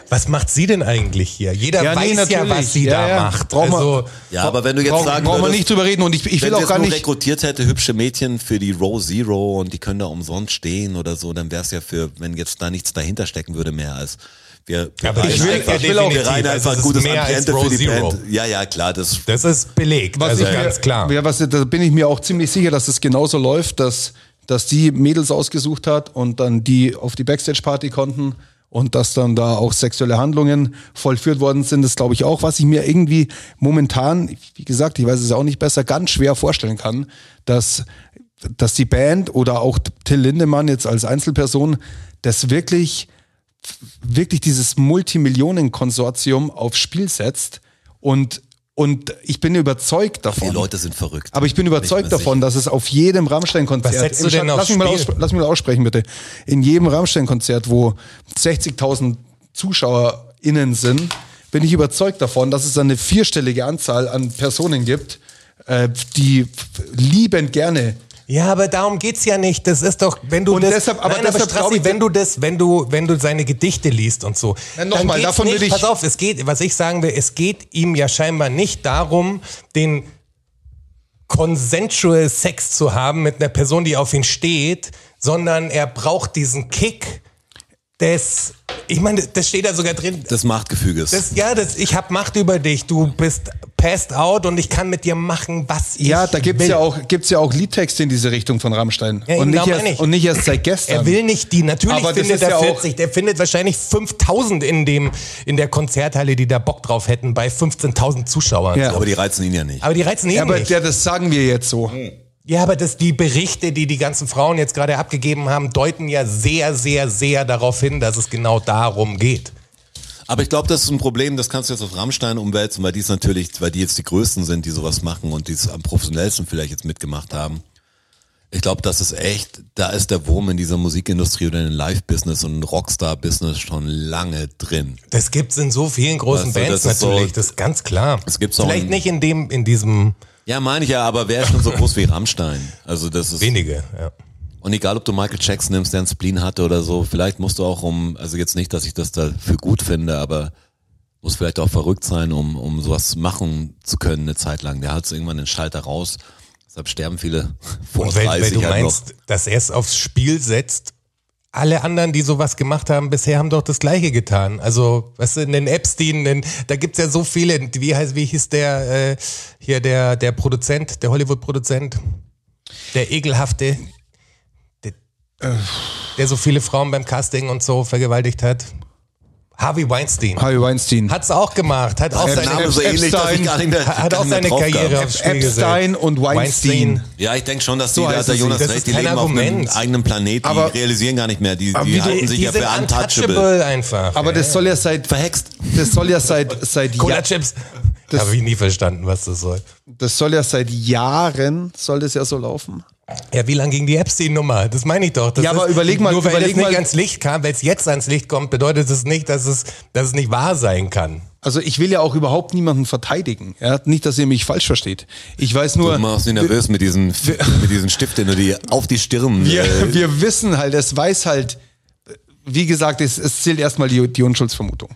Was macht sie denn eigentlich hier? Jeder Ja, nee, weiß ja, natürlich. was sie Ja, da ja. macht. Braucht man- Also, Ja, aber wenn du jetzt Brauchen- sagen brauchen wir würdest, nicht drüber reden und ich, ich will wenn sie auch jetzt gar nur nicht. rekrutiert hätte, hübsche Mädchen für die Row Zero und die können da umsonst stehen oder so, dann wär's ja für, wenn jetzt da nichts dahinter stecken würde, mehr als wir, wir Aber ich reihen will- einfach, ich will auch- wir reihen definitiv, also einfach es ein ist gutes mehr als Ambiente Row für die Zero. Band. Ja, ja, klar, das das ist belegt. also ich mir- ganz klar. Ja, was, da bin ich mir auch ziemlich sicher, dass es genauso läuft, dass, dass die Mädels ausgesucht hat und dann die auf die Backstage-Party konnten und dass dann da auch sexuelle Handlungen vollführt worden sind. Das glaube ich auch, was ich mir irgendwie momentan, wie gesagt, ich weiß es auch nicht besser, ganz schwer vorstellen kann, dass, dass die Band oder auch Till Lindemann jetzt als Einzelperson das wirklich wirklich dieses Multimillionen-Konsortium aufs Spiel setzt und, und ich bin überzeugt davon. die Leute sind verrückt. Aber ich bin überzeugt mir davon, dass es auf jedem Rammstein-Konzert. Was setzt im du denn Stand- aufs lass, mich mal Spiel? aussp- lass mich mal aussprechen, bitte. In jedem Rammstein-Konzert, wo 60.000 ZuschauerInnen sind, bin ich überzeugt davon, dass es eine vierstellige Anzahl an Personen gibt, äh, die f- liebend gerne Ja, aber darum geht's ja nicht. Das ist doch, wenn du Und das, deshalb- aber deshalb Strassi, glaub ich- wenn du das, wenn du, wenn du seine Gedichte liest und so. Ja, noch dann mal, geht's davon nicht, würde ich- Pass auf, es geht, was ich sagen will, es geht ihm ja scheinbar nicht darum, den consensual Sex zu haben mit einer Person, die auf ihn steht, sondern er braucht diesen Kick des, ich meine, das steht da sogar drin, des Machtgefüges. das, ja, das, ich habe Macht über dich, du bist passed out und ich kann mit dir machen, was ich Ja, da gibt's will. ja auch gibt's ja auch Liedtexte in diese Richtung von Rammstein Ja, und genau, nicht erst meine ich. und nicht erst seit gestern. Er will nicht die. Natürlich Ähm, Aber das findet ist er ja auch- 40. Der findet wahrscheinlich 5000 in, dem, in der Konzerthalle, die da Bock drauf hätten, bei 15.000 Zuschauern. Ja. So. aber die reizen ihn ja nicht. Aber die reizen ihn ja, aber nicht. ja, das sagen wir jetzt so. ja, aber das, die Berichte, die die ganzen Frauen jetzt gerade abgegeben haben, deuten ja sehr, sehr, sehr darauf hin, dass es genau darum geht. Aber ich glaube, das ist ein Problem, das kannst du jetzt auf Rammstein umwälzen, weil die es natürlich, weil die jetzt die Größten sind, die sowas machen und die es am professionellsten vielleicht jetzt mitgemacht haben. Ich glaube, das ist echt, da ist der Wurm in dieser Musikindustrie oder in dem Live-Business und Rockstar-Business schon lange drin. Das gibt's in so vielen großen Also, Bands das ist so- natürlich, das ist ganz klar. Das gibt's auch Vielleicht in- nicht in dem, in diesem Ja, meine ich ja, aber wer ist schon so groß wie Rammstein? Also das ist, wenige. Ja. und egal ob du Michael Jackson nimmst, der einen Spleen hatte oder so, vielleicht musst du auch um, also jetzt nicht, dass ich das dafür gut finde, aber muss vielleicht auch verrückt sein, um, um sowas machen zu können eine Zeit lang. Der hat irgendwann den Schalter raus. Deshalb sterben viele vor Und wenn, 30 wenn du Jahren halt noch. meinst, dass er es aufs Spiel setzt, alle anderen, die sowas gemacht haben, bisher haben doch das Gleiche getan. Also, weißt du, in den Epstein, in, da gibt's ja so viele. Wie heißt, wie hieß der äh, hier der der Produzent, der Hollywood-Produzent, der ekelhafte, der, der so viele Frauen beim Casting und so vergewaltigt hat. Harvey Weinstein Harvey Weinstein, hat's auch gemacht, hat auch Der Epstein- Äh, seine Name ist so ähnlich, dass ich Epstein gar nicht mehr, hat gar auch nicht mehr seine drauf kam. Karriere aufs Spiel Epstein gesetzt. und Weinstein. Ja, ich denke schon, dass die, da hat heißen der sie. Jonas Das recht, ist die kein leben auf einem Argument. eigenen Planet, die Aber- realisieren gar nicht mehr, die, Aber die wie du- halten sich Die ja sind für untouchable. untouchable einfach. Aber das soll ja seit Verhext. das soll ja seit seit Cola ja, Chips. Habe ich nie verstanden, was das soll. das soll ja seit Jahren soll das ja so laufen. Ja, wie lang ging die Epstein-Nummer? Das meine ich doch. Das Ja, aber ist, überleg mal, Nur weil überleg es nicht mal- ans Licht kam, weil es jetzt ans Licht kommt, bedeutet es nicht, dass es, dass es nicht wahr sein kann. Also ich will ja auch überhaupt niemanden verteidigen. Ja? Nicht, dass ihr mich falsch versteht. Ich weiß nur, Du machst mich nervös mit diesen, mit diesen Stift, den du dir auf die Stirn äh, wir, wir wissen halt, es weiß halt, wie gesagt, es, es zählt erstmal die, die Unschuldsvermutung.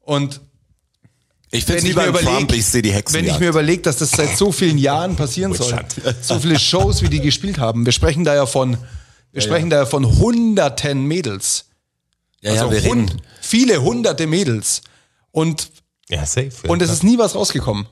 Und Ich finde Wenn ich lieber mir überleg, überleg- Trump, ich sehe die Hexen. wenn ich mir überlege, dass das seit so vielen Jahren passieren soll, so viele Shows, wie die gespielt haben, wir sprechen da ja von, wir sprechen da ja von hunderten Mädels. ja, Also ja, wir hun- reden. viele hunderte Mädels. Und, Ja, safe. und es ist nie was rausgekommen.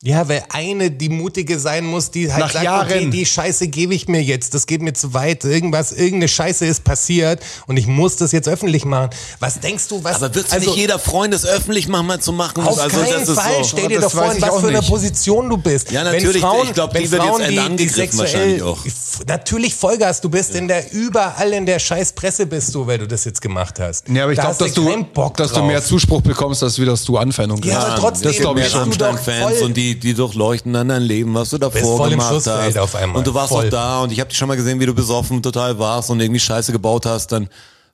ja, weil eine die mutige sein muss, die halt Nach sagt, okay, Jahren. die Scheiße gebe ich mir jetzt, das geht mir zu weit, irgendwas, irgendeine Scheiße ist passiert und ich muss das jetzt öffentlich machen. Was denkst du, was Aber wird nicht jeder Freund es öffentlich manchmal zu machen? Also Auf Also, keinen das ist Fall. so. Stell Aber dir das doch vor, weiß in ich was auch für einer nicht. Position du bist. Ja, Wenn natürlich. Frauen, Ich glaub, die wenn wird jetzt Frauen, eine angegriffen wahrscheinlich auch. F- Natürlich Vollgas. Du bist in der überall in der scheiß Presse bist du, weil du das jetzt gemacht hast. Ja, aber ich Da glaube, hast du dass, du, keinen Bock dass du drauf. mehr Zuspruch bekommst, als wie dass du Anfeindung Ja, aber kriegst. trotzdem, das glaube ich mehr bist du schon. doch Rammstein-Fans voll- und die, die durchleuchten dann dein Leben, was du davor Bist voll im gemacht Schussfeld hast. auf einmal. Und du warst Voll. auch da und ich habe dich schon mal gesehen, wie du besoffen total warst und irgendwie Scheiße gebaut hast. Dann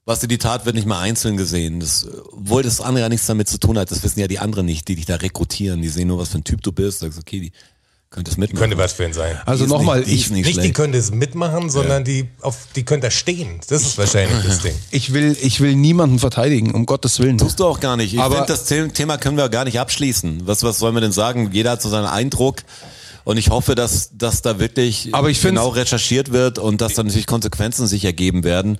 Was du, die Tat wird nicht mal einzeln gesehen. Das, obwohl das andere ja nichts damit zu tun hat, das wissen ja die anderen nicht, die dich da rekrutieren. Die sehen nur, was für ein Typ du bist. Sagst, okay, die könnte es mitmachen. Könnte was für ihn sein. Also ist nochmal, nicht- ich ich, nicht Nicht, die schlecht. könnte es mitmachen, sondern die, auf, die könnte da stehen. Das ist wahrscheinlich das Ding. ich, will, ich will niemanden verteidigen, um Gottes Willen. Tust du auch gar nicht. Ich Aber- finde, das The- Thema können wir gar nicht abschließen. Was, was sollen wir denn sagen? Jeder hat so seinen Eindruck. Und ich hoffe, dass, dass da wirklich Aber ich find's- genau recherchiert wird und dass dann natürlich Konsequenzen sich ergeben werden.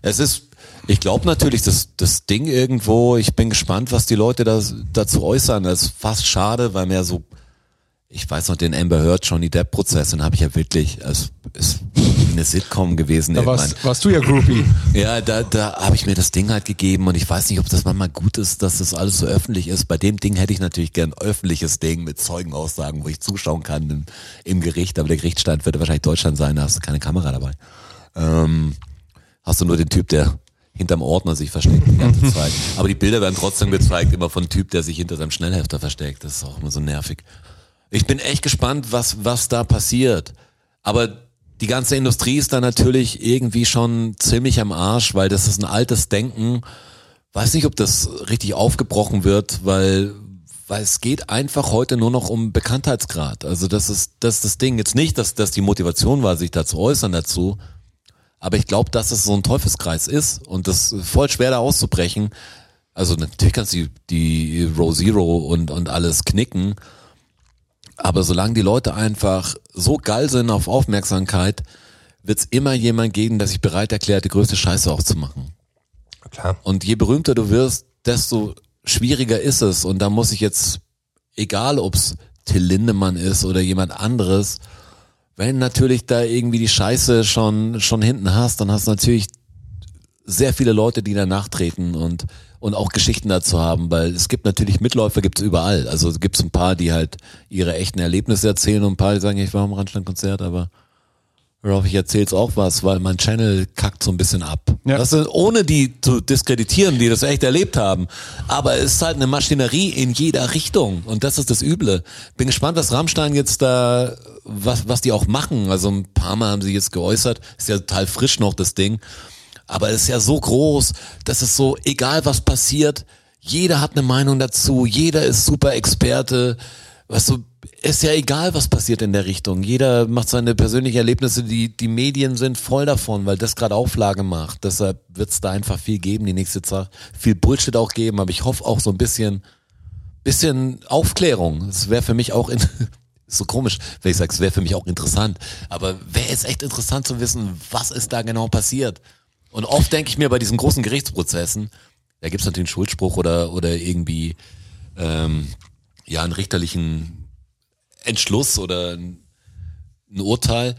Es ist, ich glaube natürlich, das, das Ding irgendwo, ich bin gespannt, was die Leute da, dazu äußern. Das ist fast schade, weil mir ja so, ich weiß noch, den Amber Heard, Johnny Depp-Prozess, den habe ich ja wirklich, es ist eine Sitcom gewesen. Da irgendwann. warst, warst du ja Groupie. Ja, da, da habe ich mir das Ding halt gegeben und ich weiß nicht, ob das manchmal gut ist, dass das alles so öffentlich ist. Bei dem Ding hätte ich natürlich gern ein öffentliches Ding mit Zeugenaussagen, wo ich zuschauen kann im, im Gericht. Aber der Gerichtsstand wird wahrscheinlich Deutschland sein, da hast du keine Kamera dabei. Ähm, hast du nur den Typ, der hinterm Ordner sich versteckt die ganze Zeit. Aber die Bilder werden trotzdem gezeigt, immer von Typ, der sich hinter seinem Schnellhefter versteckt. Das ist auch immer so nervig. Ich bin echt gespannt, was, was da passiert. Aber die ganze Industrie ist da natürlich irgendwie schon ziemlich am Arsch, weil das ist ein altes Denken. Weiß nicht, ob das richtig aufgebrochen wird, weil, weil es geht einfach heute nur noch um Bekanntheitsgrad. Also das ist, das ist das Ding. Jetzt nicht, dass dass die Motivation war, sich da zu äußern dazu. Aber ich glaube, dass es so ein Teufelskreis ist und das ist voll schwer da auszubrechen. Also natürlich kannst du die, die Row Zero und, und alles knicken. Aber solange die Leute einfach so geil sind auf Aufmerksamkeit, wird es immer jemand geben, der sich bereit erklärt, die größte Scheiße aufzumachen. Klar. Und je berühmter du wirst, desto schwieriger ist es. Und da muss ich jetzt, egal ob's Till Lindemann ist oder jemand anderes, wenn natürlich da irgendwie die Scheiße schon, schon hinten hast, dann hast du natürlich sehr viele Leute, die da nachtreten und, und auch Geschichten dazu haben, weil es gibt natürlich Mitläufer, gibt's überall. Also es gibt's ein paar, die halt ihre echten Erlebnisse erzählen und ein paar, die sagen, ich war am Randstandkonzert, aber Ralf, ich erzähl's auch was, weil mein Channel kackt so ein bisschen ab. Ja. Das ist, ohne die zu diskreditieren, die das echt erlebt haben. Aber es ist halt eine Maschinerie in jeder Richtung. Und das ist das Üble. Bin gespannt, was Rammstein jetzt da, was, was die auch machen. Also ein paar Mal haben sie jetzt geäußert. Ist ja total frisch noch, das Ding. Aber es ist ja so groß, dass es so, egal was passiert, jeder hat eine Meinung dazu, jeder ist super Experte. Weißt du, ist ja egal, was passiert in der Richtung. Jeder macht seine persönlichen Erlebnisse, die, die Medien sind voll davon, weil das gerade Auflage macht. Deshalb wird es da einfach viel geben die nächste Zeit. Viel Bullshit auch geben, aber ich hoffe auch so ein bisschen, bisschen Aufklärung. Es wäre für mich auch in, ist so komisch, wenn ich sage, es wäre für mich auch interessant. Aber wäre es echt interessant zu wissen, was ist da genau passiert? Und oft denke ich mir bei diesen großen Gerichtsprozessen, da gibt es natürlich einen Schuldspruch oder, oder irgendwie ähm, ja einen richterlichen Entschluss oder ein, ein Urteil.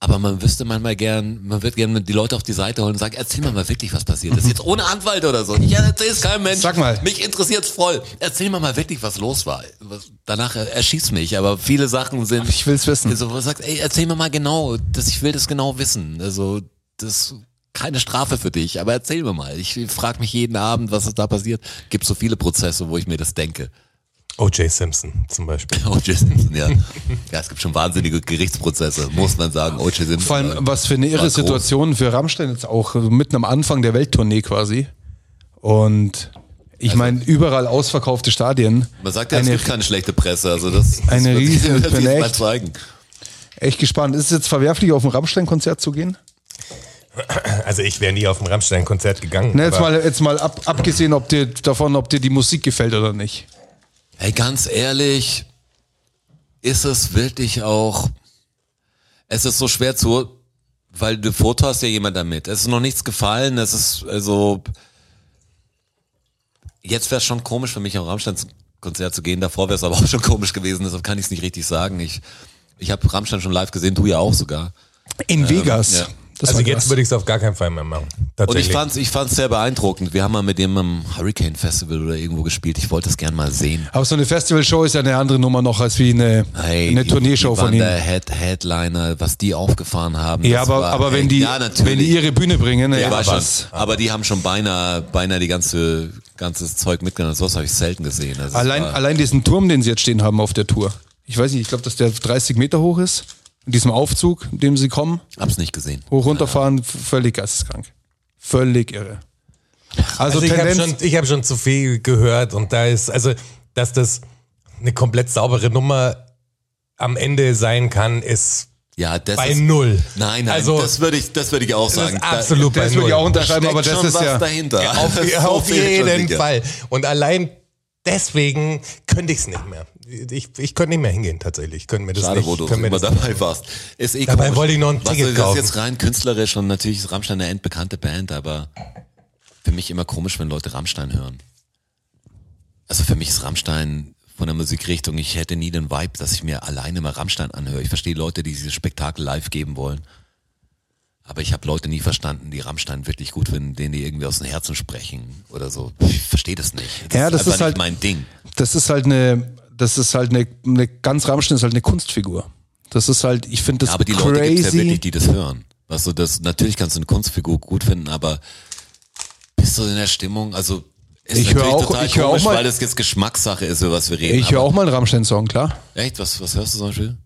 Aber man wüsste manchmal gern, man wird gerne die Leute auf die Seite holen und sagen, erzähl mal mal wirklich, was passiert ist. Jetzt ohne Anwalt oder so. Ich erzähl's keinem Mensch. Sag mal. Mich interessiert's voll. Erzähl mal mal wirklich, was los war. Was, danach äh, erschießt mich, aber viele Sachen sind. Ich will's wissen. Also, wo du sagst, ey, erzähl mir mal genau, das, ich will das genau wissen. Also, das keine Strafe für dich, aber erzähl mir mal. Ich frage mich jeden Abend, was ist da passiert. Gibt so viele Prozesse, wo ich mir das denke. O.J. Simpson zum Beispiel. O.J. Simpson, ja. ja, es gibt schon wahnsinnige Gerichtsprozesse, muss man sagen. O.J. Simpson. Vor allem, äh, was für eine war irre groß. Situation für Rammstein jetzt auch, also mitten am Anfang der Welttournee quasi. Und ich meine, überall ausverkaufte Stadien. Also- Man sagt ja, es Eine- gibt keine schlechte Presse, also das, das Eine wird sich- riesen- wird sich mal vielleicht- zeigen. Echt gespannt. Ist es jetzt verwerflich, auf ein Rammstein-Konzert zu gehen? Also ich wäre nie auf ein Rammstein-Konzert gegangen. Ne, jetzt aber mal, jetzt mal ab, abgesehen ob dir, davon, ob dir die Musik gefällt oder nicht. Hey, ganz ehrlich, ist es wirklich auch, es ist so schwer zu, weil du vortast ja jemand damit. Es ist noch nichts gefallen, es ist, also, jetzt wäre es schon komisch für mich, am Rammstein-Konzert zu gehen. Davor wäre es aber auch schon komisch gewesen, deshalb kann ich es nicht richtig sagen. Ich, ich habe Rammstein schon live gesehen, du ja auch sogar. In Vegas. Ähm, ja. Das also war jetzt krass. würde ich es auf gar keinen Fall mehr machen. Und ich Tatsächlich. fand's, ich fand's sehr beeindruckend. Wir haben mal mit dem am Hurricane Festival oder irgendwo gespielt. Ich wollte das gern mal sehen. Aber so eine Festivalshow ist ja eine andere Nummer noch als wie eine, Hey, eine die- Tourneeshow die von waren Der ihnen. Head Headliner, was die aufgefahren haben. Ja, das aber, war- aber ey, wenn, die, ja, natürlich. wenn die ihre Bühne bringen, ey, ja, aber, was- schon, aber die haben schon beinahe, beinahe die ganze, ganzes Zeug mitgenommen. Sowas habe ich selten gesehen. Also es Allein, war, allein diesen Turm, den sie jetzt stehen haben auf der Tour. Ich weiß nicht, ich glaube, dass der 30 Meter hoch ist. In diesem Aufzug, in dem sie kommen, hab's nicht gesehen. hoch runterfahren, f- völlig geisteskrank. Völlig irre. Also, Also ich habe Tendenz, schon, ich hab schon zu viel gehört und da ist, also, dass das eine komplett saubere Nummer am Ende sein kann, ist Ja, das bei ist, null. Nein, nein, Also, das würde ich, das würde ich auch das sagen. ist absolut bei das würde null. ich auch Da, da unterschreiben, steckt aber das schon ist was ja. dahinter. auf, So auf viel steckt jeden ja. Fall. Und allein deswegen könnte ich es nicht mehr. Ich, ich könnte nicht mehr hingehen, tatsächlich. Ich könnte mir das Schade, nicht, wo du könnte mir immer das dabei warst. Ist eh Dabei komisch. wollte ich noch ein Was Ticket ist das kaufen. jetzt rein künstlerisch und natürlich ist Rammstein eine endbekannte Band, aber für mich immer komisch, wenn Leute Rammstein hören. Also für mich ist Rammstein von der Musikrichtung, ich hätte nie den Vibe, dass ich mir alleine mal Rammstein anhöre. Ich verstehe Leute, die dieses Spektakel live geben wollen. Aber ich habe Leute nie verstanden, die Rammstein wirklich gut finden, denen die irgendwie aus dem Herzen sprechen oder so. Ich verstehe das nicht. Ja, das einfach ist halt- nicht mein Ding. das ist halt eine, das ist halt eine, eine ganz Rammstein ist halt eine Kunstfigur. Das ist halt, ich finde das Ja, aber die crazy. Leute gibt's ja wirklich, die das hören. Weißt du, das, natürlich kannst du eine Kunstfigur gut finden, aber bist du in der Stimmung? Also, ist Ich natürlich hör auch- total ich hör auch komisch, mal- weil das jetzt Geschmackssache ist, über was wir reden. ich höre aber- auch mal einen Rammstein-Song, klar. Echt? Was, was hörst du zum Beispiel?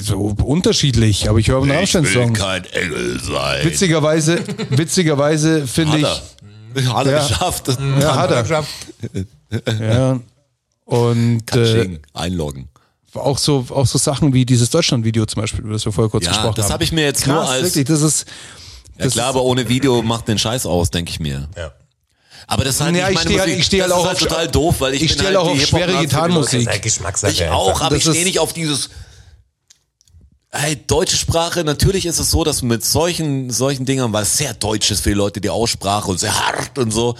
So unterschiedlich, aber ich höre einen Rammstein-Song. kein Engel sein. Witzigerweise, witzigerweise finde ich, Hat er. Hat er Ja. geschafft. Ja, hat er. Ja. Und äh, Schicken, Einloggen. auch so auch so Sachen wie dieses Deutschland-Video zum Beispiel, über das wir vorher kurz Ja, gesprochen das haben. habe ich mir jetzt nur Krass, als. wirklich, das ist ja, klar, aber ohne Video macht den Scheiß aus, denke ich mir. Ja. Aber das ist halt Ja, nicht ich meine stehe halt- Musik. ich stehe halt Das ist auch halt auf- total doof, weil ich, ich bin stehe halt halt auch die auf schwere Hip-Hop-Nazi. Das ist Gitarrenmusik. halt Geschmackssache. Ich auch, aber Das ich stehe ist- nicht auf dieses. Hey, deutsche Sprache, natürlich ist es so, dass mit solchen, solchen Dingern, weil es sehr deutsch ist für die Leute, die Aussprache und sehr hart und so.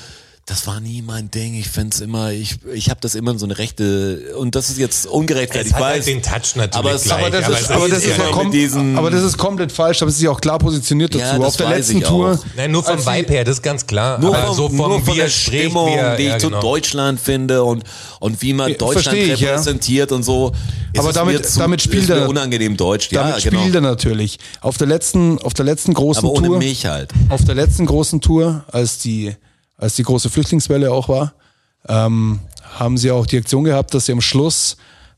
Das war nie mein Ding. Ich find's immer, ich, ich habe das immer in so eine rechte, und das ist jetzt ungerechtfertigt, Es hat weil halt den Touch natürlich aber es- gleich. aber das Das es ist, aber, ist das ist ja immer mit kom- diesem- aber das ist komplett falsch, aber es ist ja auch klar positioniert dazu. Ja, das Auf der weiß letzten ich auch. Tour. Nein, nur vom als sie- Vibe her, das ist ganz klar. Nur, aber vom, so vom nur von wie der er spricht, Stimmung, wie er, die ich ja, zu genau. Deutschland finde und, und wie man Ja, Deutschland verstehe ich, ja. repräsentiert und so. Es Aber ist damit- mir zu, damit spielt ist mir er- unangenehm Deutsch. Damit ja, spielt genau. er natürlich. Auf der letzten, auf der letzten großen Aber ohne Tour. mich halt. auf der letzten großen Tour, als die, als die große Flüchtlingswelle auch war, ähm, haben sie auch die Aktion gehabt, dass sie am Schluss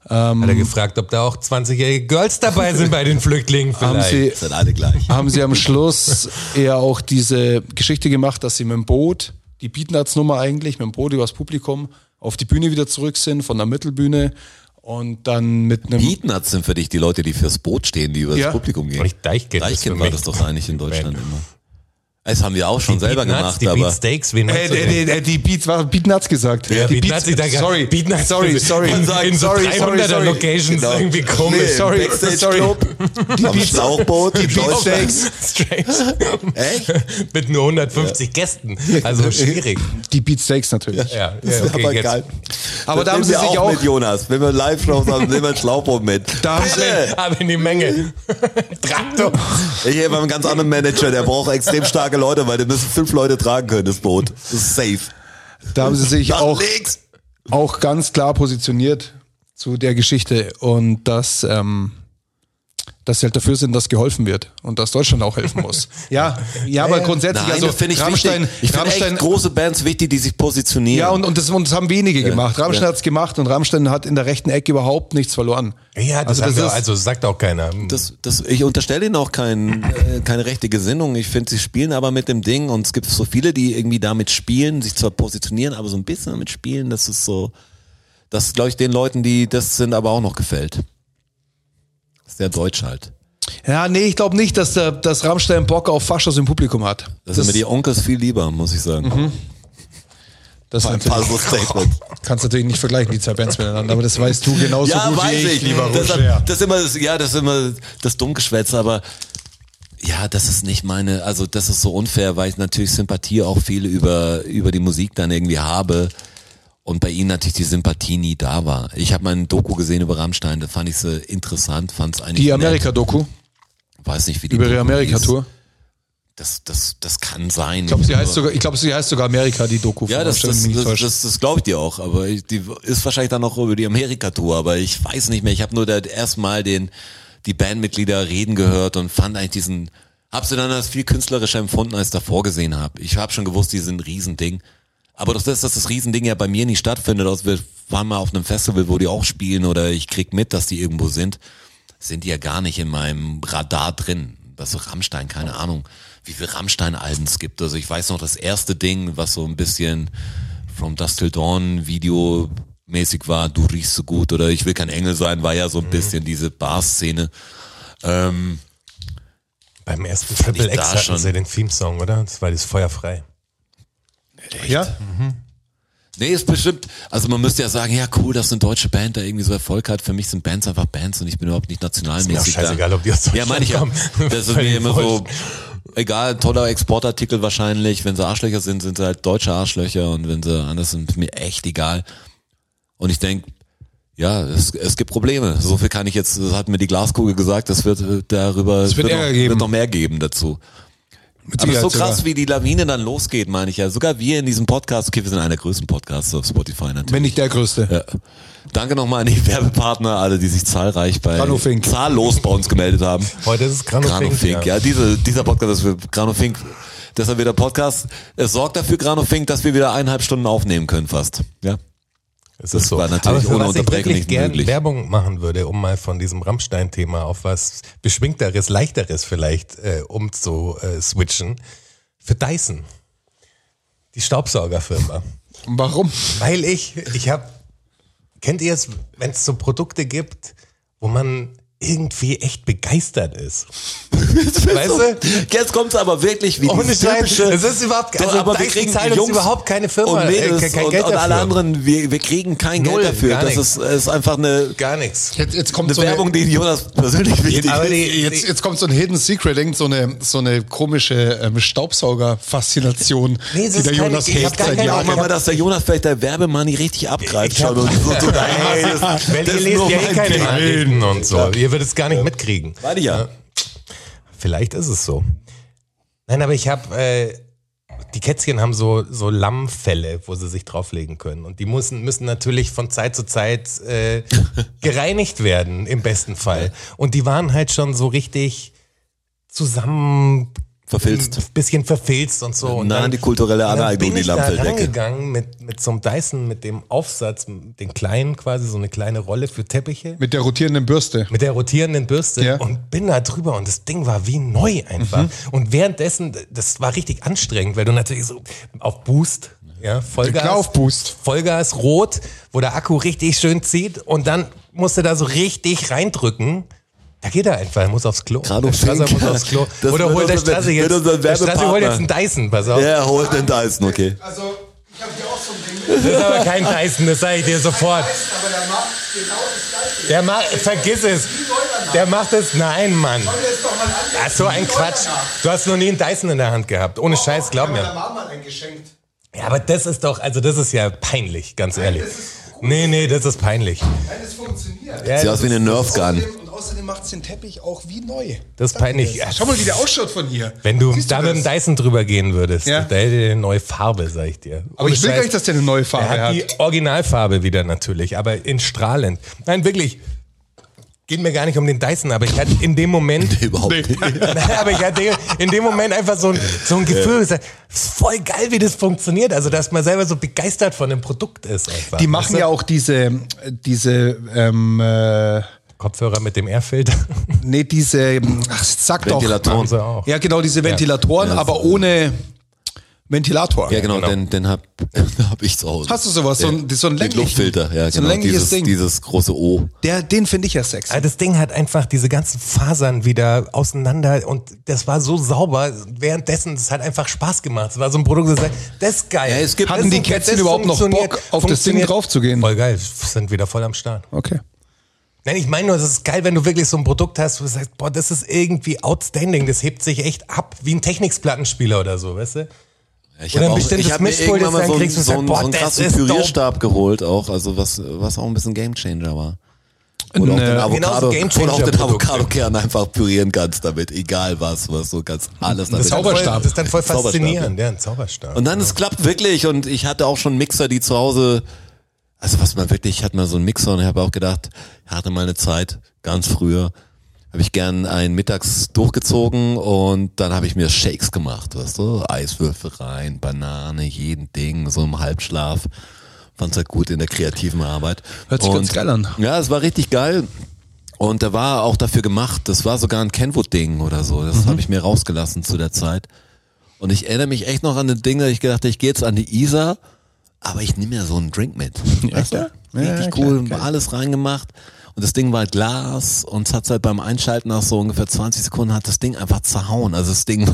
Hat er gefragt, ob da auch 20-jährige Girls dabei sind bei den Flüchtlingen haben vielleicht. sie, Sind alle gleich. haben sie am Schluss eher auch diese Geschichte gemacht, dass sie mit dem Boot, die Beatnuts-Nummer eigentlich, mit dem Boot übers Publikum auf die Bühne wieder zurück sind, von der Mittelbühne und dann mit einem Beatnuts sind für dich die Leute, die fürs Boot stehen, die über Ja. das Publikum gehen. Und ich- Deichkind ist Deichkind für war mich- das doch eigentlich in Deutschland immer. Das haben wir auch schon Die selber Beatnuts, gemacht, die aber Beatsteaks, wen Äh, meinst du äh, denn? äh, äh, die Beats, was hab ich Beatnuts gesagt? Ja, die Beatnuts, ich denke, sorry, Beatnuts, sorry, sorry, in, in so sorry, 300er sorry, sorry. Locations irgendwie Nee, komisch. sorry, Backstage sorry. Club. Die am Beats, Schlauchboot, die Deutschen. Beatsteaks. Strange. Echt? Mit nur 150 Gästen. Also schwierig. die Beatsteaks natürlich. Ja, Das ja ist okay, aber jetzt. geil. Aber Das da haben nehmen sie wir sich auch auch- mit Jonas. Wenn wir live drauf haben, nehmen wir ein Schlauchboot mit. Da haben sie- Bitte! Aber in die Menge. Traktor. Ich habe einen ganz anderen Manager, der braucht extrem starke Leute, weil die müssen fünf Leute tragen können, das Boot. Das ist safe. Da haben sie sich Nach auch, links. auch ganz klar positioniert zu der Geschichte und dass, ähm, dass sie halt dafür sind, dass geholfen wird und dass Deutschland auch helfen muss. ja, ja, aber grundsätzlich, Nein, also das finde ich Rammstein, wichtig. Ich finde echt Rammstein große Bands wichtig, die sich positionieren. ja, und, und, das, und das haben wenige gemacht. Rammstein ja. hat's gemacht und Rammstein hat in der rechten Ecke überhaupt nichts verloren. Ja, das, also, haben wir, das ist, also sagt auch keiner. das, das, ich unterstelle ihnen auch kein, äh, keine rechte Gesinnung. Ich finde, sie spielen aber mit dem Ding und es gibt so viele, die irgendwie damit spielen, sich zwar positionieren, aber so ein bisschen damit spielen, das ist so, das glaube ich den Leuten, die das sind, aber auch noch gefällt. Das ist der Deutsch halt. ja, nee, ich glaube nicht, dass, der, dass Rammstein Bock auf Faschos im Publikum hat. Das, sind mir die Onkels viel lieber, muss ich sagen. das Ein natürlich- Puzzle Statement. kannst natürlich nicht vergleichen, die zwei Bands miteinander, aber das weißt du genauso gut wie ich, lieber das, Roger. das ist immer, das, ja, das ist immer das Dummgeschwätz, aber ja, das ist nicht meine, also das ist so unfair, weil ich natürlich Sympathie auch viel über, über die Musik dann irgendwie habe. Und bei ihnen natürlich die Sympathie nie da war. Ich habe mal ein Doku gesehen über Rammstein, da fand ich sie interessant, fand es eigentlich. Die nett. Amerika-Doku Weiß nicht, wie die über ihre Doku hieß. Amerika-Tour. Das, das, das kann sein. Ich glaube, sie heißt sogar, ich glaube, sie heißt sogar Amerika, die Doku. Ja, von das, Rammstein, wenn das, ich mich nicht das, täusche. das, das glaube ich dir auch, aber ich, die ist wahrscheinlich dann auch über die Amerika-Tour, aber ich weiß nicht mehr. Ich habe nur da erstmal den, die Bandmitglieder reden gehört und fand eigentlich diesen, hab sie dann als viel künstlerischer empfunden, als ich davor gesehen habe. Ich habe schon gewusst, die sind ein Riesending. Aber doch das, dass das Riesending ja bei mir nicht stattfindet, also wir waren mal auf einem Festival, wo die auch spielen oder ich krieg mit, dass die irgendwo sind, sind die ja gar nicht in meinem Radar drin. Das ist Rammstein, keine Ahnung. wie viele Rammstein-Alben es gibt. Also ich weiß noch, das erste Ding, was so ein bisschen From Dust Till Dawn Video mäßig war, du riechst so gut oder ich will kein Engel sein, war ja so ein bisschen diese Bar-Szene. Ähm, Beim ersten Triple ich da X hatten schon. sie den Theme-Song, oder? Das war das Feuer frei. Ja? Nee, ist bestimmt. Also man müsste ja sagen, ja cool, dass eine deutsche Band da irgendwie so Erfolg hat. Für mich sind Bands einfach Bands und ich bin überhaupt nicht nationalmäßig. Mir auch scheißegal, ob die aus da. Ja, meine ich ja. Deutschland kommen. Das ist Völlig mir immer so. wurscht. Egal, toller Exportartikel wahrscheinlich. Wenn sie Arschlöcher sind, sind sie halt deutsche Arschlöcher und wenn sie anders sind, ist mir echt egal. Und ich denke, ja, es, es gibt Probleme. So viel kann ich jetzt, das hat mir die Glaskugel gesagt, es wird äh, darüber, es wird noch, Ärger geben. wird noch mehr geben dazu. Aber es ist so krass, wie die Lawine dann losgeht, meine ich ja. Sogar wir in diesem Podcast, okay, wir sind einer der größten Podcasts auf Spotify natürlich. Wenn nicht der größte. Ja. Danke nochmal an die Werbepartner, alle, die sich zahlreich bei Grano Fink. zahllos bei uns gemeldet haben. Heute ist es Granofink. Granofink, ja, diese, dieser Podcast ist für Granofink. Deshalb wieder Podcast. Es sorgt dafür, Granofink, dass wir wieder eineinhalb Stunden aufnehmen können fast. Ja. Es Das ist so. war natürlich Aber für ohne was ich Unterbrechung wirklich nicht gern möglich. Werbung machen würde, um mal von diesem Rammstein-Thema auf was beschwingteres, leichteres vielleicht äh, umzuswitchen, äh, switchen, für Dyson. Die Staubsaugerfirma. Warum? Weil ich, ich habe, kennt ihr es, wenn es so Produkte gibt, wo man irgendwie echt begeistert ist? Weißt du? Jetzt kommt's aber wirklich wie Ohne dieses Scheiß. typische- Es ist überhaupt, Doch, also aber wir Dyson kriegen zahlt uns Jungs überhaupt keine Firma, und Mädels äh, kein und, Geld und alle dafür. anderen, wir, wir kriegen kein Null, Geld dafür. gar Das nichts. ist, ist einfach eine, Gar nichts. Jetzt, jetzt kommt eine so Werbung, die Jonas persönlich wichtig Aber ist. die, Jetzt, jetzt kommt so ein Hidden Secret, irgend so eine, so eine komische ähm, Staubsauger-Faszination, Nee, das die ist der keine- Jonas ich hab hegt gar seit keine Auch Ahnung. Jahren. mal, dass der Jonas vielleicht der Werbemoney richtig abgreift. Ich hab- Schon und so, so, ey, das, Wenn das ihr ist lest nur ja eh mein keine Ding. Nachrichten und so. Ihr würdet es gar nicht mitkriegen. Warte ja. Vielleicht ist es so. Nein, aber ich habe, äh, die Kätzchen haben so, so Lammfälle, wo sie sich drauflegen können. Und die müssen, müssen natürlich von Zeit zu Zeit äh, gereinigt werden, im besten Fall. Und die waren halt schon so richtig zusammen Verfilzt. ein bisschen verfilzt und so. Und Na, dann, die kulturelle und dann Aneignung, bin die ich da Lammfelldecke. rangegangen mit, mit so einem Dyson, mit dem Aufsatz, mit den kleinen quasi, so eine kleine Rolle für Teppiche. Mit der rotierenden Bürste. Mit der rotierenden Bürste Ja. Mhm. und bin da drüber und das Ding war wie neu einfach. Und währenddessen, das war richtig anstrengend, weil du natürlich so auf Boost, ja, Vollgas. Klar auf Boost. Vollgas rot, wo der Akku richtig schön zieht und dann musst du da so richtig reindrücken. Da geht er einfach, er muss aufs Klo. Grado der Strasser Fink. muss aufs Klo. Das Oder wird holt der unser- Strasser wird jetzt, unser der Strasser holt jetzt einen Werbepartner. Dyson, pass auf. Der holt den Dyson, okay. Also, ich habe hier auch so ein Ding. Das ist aber kein Dyson, das sage ich dir sofort. aber der macht genau das Gleiche. Der macht, vergiss es. Der macht es, nein, Mann. Der ist doch mal Ach, so ein Quatsch. Du hast noch nie einen Dyson in der Hand gehabt. Ohne Scheiß, glaub mir. Mama ein geschenkt. Ja, aber das ist doch, also das ist ja peinlich, ganz ehrlich. Nee, nee, das ist peinlich. Nein, das funktioniert. Ja, Sieht aus wie eine Nerf Gun. und außerdem macht es den Teppich auch wie neu. Das ist peinlich. Ja, Schau mal, wie der ausschaut von hier. Wenn du Siehst da mit dem das? Dyson drüber gehen würdest, Ja. da hätte der eine neue Farbe, sag ich dir. Aber ich will gar nicht, dass der eine neue Farbe Er hat. hat die Originalfarbe wieder natürlich, aber in strahlend. Nein, wirklich. Geht mir gar nicht um den Dyson, aber ich hatte in dem Moment Überhaupt nicht. Nein, aber ich hatte in dem Moment einfach so ein, so ein Gefühl, es ist voll geil, wie das funktioniert. Also, dass man selber so begeistert von dem Produkt ist. Einfach. Die machen Weißt ja auch diese, diese, ähm, äh, du? Kopfhörer mit dem Airfilter. nee, diese, ähm, ach, sag doch. Ventilatoren. Machen sie auch. Ja, genau, diese Ventilatoren, Ja. aber ohne Ventilator. Ja, genau, Genau. Den, den hab, hab ich zu Hause. Hast du sowas? So ein- so ein Mit länglichen- Luftfilter, ja, so ein genau. längliches dieses, Ding. dieses große O. Der, den finde ich ja sexy. Aber das Ding hat einfach diese ganzen Fasern wieder auseinander und das war so sauber. Währenddessen, das hat einfach Spaß gemacht. Es war so ein Produkt, das sagt, das ist geil. Ja, es gibt- Das Hatten die funktioniert, Kätzchen das überhaupt noch funktioniert, Bock, auf das Ding funktioniert. draufzugehen? Voll geil, sind wieder voll am Start. Okay. Nein, ich meine nur, das ist geil, wenn du wirklich so ein Produkt hast, wo du sagst, boah, das ist irgendwie outstanding, das hebt sich echt ab, wie ein Techniksplattenspieler oder so, weißt du? Ja, ich Oder habe ein auch, bestimmtes ich hab mir Mischpult, irgendwann mal das so, dann einen- kriegst du so, einen- so und einen sagst, boah, krassen das ist dope. Pürierstab geholt auch, also was, was auch ein bisschen Gamechanger war. Oder auch den genauso Avocado, Gamechanger oder auch den Produkte. Avocado-Kern einfach pürieren kannst damit, egal was, was so ganz alles damit. Das ist dann Zauberstab. Voll, das ist dann voll Zauberstab, faszinierend, ja, ein Zauberstab. Und dann, es klappt wirklich. Und ich hatte auch schon Mixer, die zu Hause, also was man wirklich, ich hatte mal so einen Mixer und ich habe auch gedacht, ich hatte mal eine Zeit, ganz früher, habe ich gern einen mittags durchgezogen und dann habe ich mir Shakes gemacht, weißt du? Eiswürfel rein, Banane, jeden Ding, so im Halbschlaf. Fand's halt gut in der kreativen Arbeit. Hört sich ganz geil an. Ja, es war richtig geil. Und der war auch dafür gemacht. Das war sogar ein Kenwood-Ding oder so. Mhm. Das habe ich mir rausgelassen zu der Zeit. Und ich erinnere mich echt noch an das Ding, dass ich gedacht habe, ich gehe jetzt an die Isar, aber ich nehme ja so einen Drink mit. Weißt du? Richtig cool, alles reingemacht. Und das Ding war halt Glas und es hat halt beim Einschalten nach so ungefähr 20 Sekunden hat das Ding einfach zerhauen. Also das Ding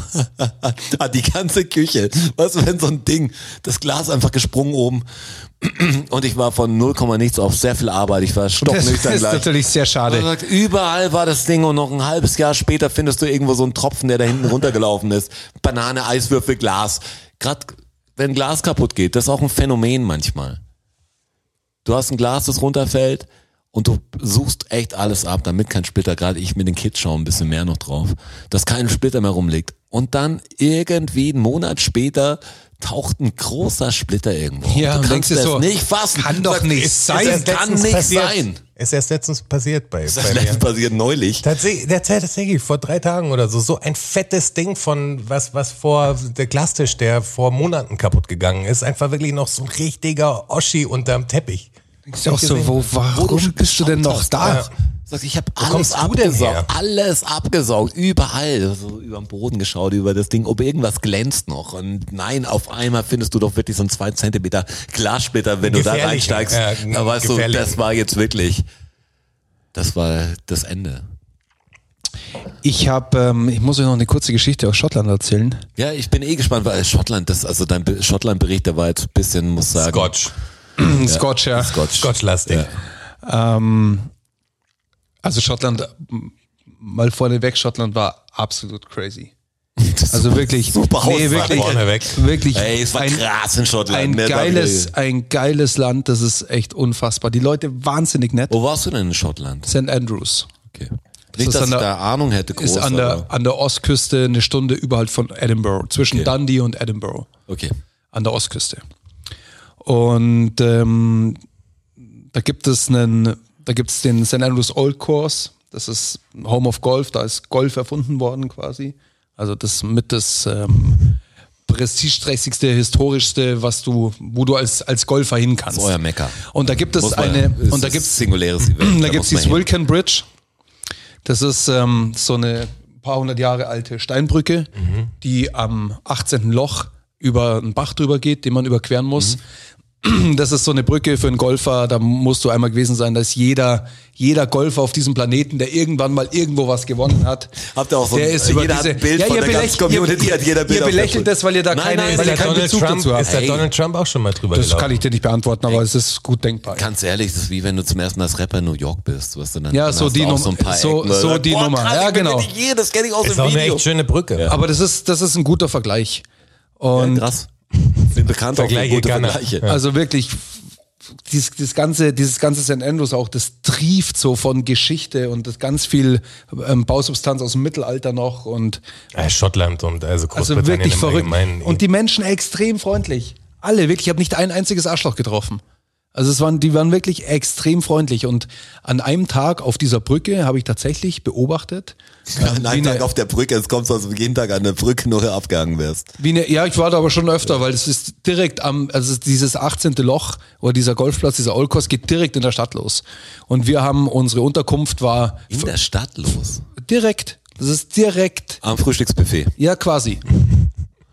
hat die ganze Küche. Was, wenn so ein Ding, das Glas einfach gesprungen oben. Und ich war von 0, nichts auf sehr viel Arbeit. Ich war Das stocknüchtern ist gleich. natürlich sehr Er schade. sagt, überall war das Ding und noch ein halbes Jahr später findest du irgendwo so einen Tropfen, der da hinten runtergelaufen ist. Banane, Eiswürfel, Glas. Gerade wenn Glas kaputt geht, das ist auch ein Phänomen manchmal. Du hast ein Glas, das runterfällt und du suchst echt alles ab, damit kein Splitter, gerade ich mit den Kids schaue ein bisschen mehr noch drauf, dass kein Splitter mehr rumliegt. Und dann irgendwie einen Monat später taucht ein großer Splitter irgendwo. auf. Ja, du und denkst kannst dir es so, nicht fassen. kann doch Du sagst, nicht es- sein, Es kann Ah, letztens nicht passiert, sein. Ist erst letztens passiert bei, Das bei ist mir. letztens passiert neulich. Tatsächlich, der Zeit tatsächlich vor drei Tagen oder so, so ein fettes Ding von was, was vor der Glastisch, der vor Monaten kaputt gegangen ist, einfach wirklich noch so ein richtiger Oschi unterm Teppich. Ist ja auch so, wo, warum bist du denn noch da? Sagst, ich habe kommst alles du denn her? abgesaugt, alles abgesaugt, überall, also über den Boden geschaut, über das Ding, ob irgendwas glänzt noch. Und nein, auf einmal findest du doch wirklich so einen zwei Zentimeter Glassplitter, wenn du da Gefährlichen, reinsteigst. ja, da weißt du, gefährlichen. das war jetzt wirklich, das war das Ende. Ich habe, ähm, ich muss euch noch eine kurze Geschichte aus Schottland erzählen. Ja, ich bin eh gespannt, weil Schottland, das, also dein Be- Schottland-Bericht, der war jetzt ein bisschen, muss sagen, Scotch. Hm, Scotch, ja. Scotch. Scotch-lastig. Ähm, Also Schottland, m- mal vorneweg, Schottland war absolut crazy. Das also war wirklich, super nee, Hausfahrt. wirklich, vorne weg. wirklich Ey, es war ein, krass in Schottland. ein ne? Da- geiles, ein geiles Land, das ist echt unfassbar. Die Leute wahnsinnig nett. Wo warst du denn in Schottland? St. Andrews Okay. ist Nicht, dass an ich der- da Ahnung hätte, groß, ist an aber- der, an der Ostküste eine Stunde überhalb von Edinburgh, zwischen Okay. Dundee und Edinburgh. Okay. an der Ostküste. Und ähm, da gibt es einen, da gibt es den St. Andrews Old Course, das ist Home of Golf, da ist Golf erfunden worden quasi. Also das mit das ähm, prestigeträchtigste, historischste, was du, wo du als, als Golfer hin kannst. Das ist euer Mekka. Und da gibt es Muss man- eine, es und da ist gibt es singuläres Event. da gibt es muss die man hin. Swilken Bridge. Das ist ähm, so eine paar hundert Jahre alte Steinbrücke, Mhm. die am 18. Loch über einen Bach drüber geht, den man überqueren muss. Mhm. Das ist so eine Brücke für einen Golfer, da musst du einmal gewesen sein, dass jeder, jeder Golfer auf diesem Planeten, der irgendwann mal irgendwo was gewonnen hat, Habt ihr auch so der ein- ist über jeder hat diese, ein Bild von ihr der ganzen belächelt- Community, ihr, hat jeder Bild ihr auf der belächelt Brücke. das, weil ihr da Nein, keine, nein, weil ihr der keinen Bezug Trump, dazu habt. ist der Ey. Donald Trump auch schon mal drüber Das kann gelaufen? ich dir nicht beantworten, aber es ist gut denkbar. Ganz ehrlich, das ist wie wenn du zum ersten Mal als Rapper in New York bist. Was du dann, Ja, dann so hast die du auch so, ein Nummer- paar so- Ecken, wo du so sagst, die boah, Nummer. krass, Ja, ich bin genau. wirklich hier, Das kenne ich aus Ist dem auch eine Video. echt schöne Brücke. Aber das ist, das ist ein guter Vergleich. Ja, Und krass. Sind bekannt auch für Vergleiche gute kann er. Vergleiche. also wirklich, dieses, dieses ganze, dieses ganze St. Andrews auch, das trieft so von Geschichte und das ganz viel ähm, Bausubstanz aus dem Mittelalter noch und Ja, Schottland und also also Großbritannien wirklich im verrückt. Allgemeinen. Und die Menschen extrem freundlich. Alle, wirklich, ich habe nicht ein einziges Arschloch getroffen. Also es waren, die waren wirklich extrem freundlich. Und an einem Tag auf dieser Brücke habe ich tatsächlich beobachtet, An einem Tag auf der Brücke, jetzt kommst du, als du jeden Tag an der Brücke nur abgegangen wirst. Wie eine, ja, ich war da aber schon öfter, weil es ist direkt am, also dieses 18. Loch oder dieser Golfplatz, dieser Olkos geht direkt in der Stadt los. Und wir haben, unsere Unterkunft war In der Stadt los. direkt, das ist direkt, Am Frühstücksbuffet. ja quasi.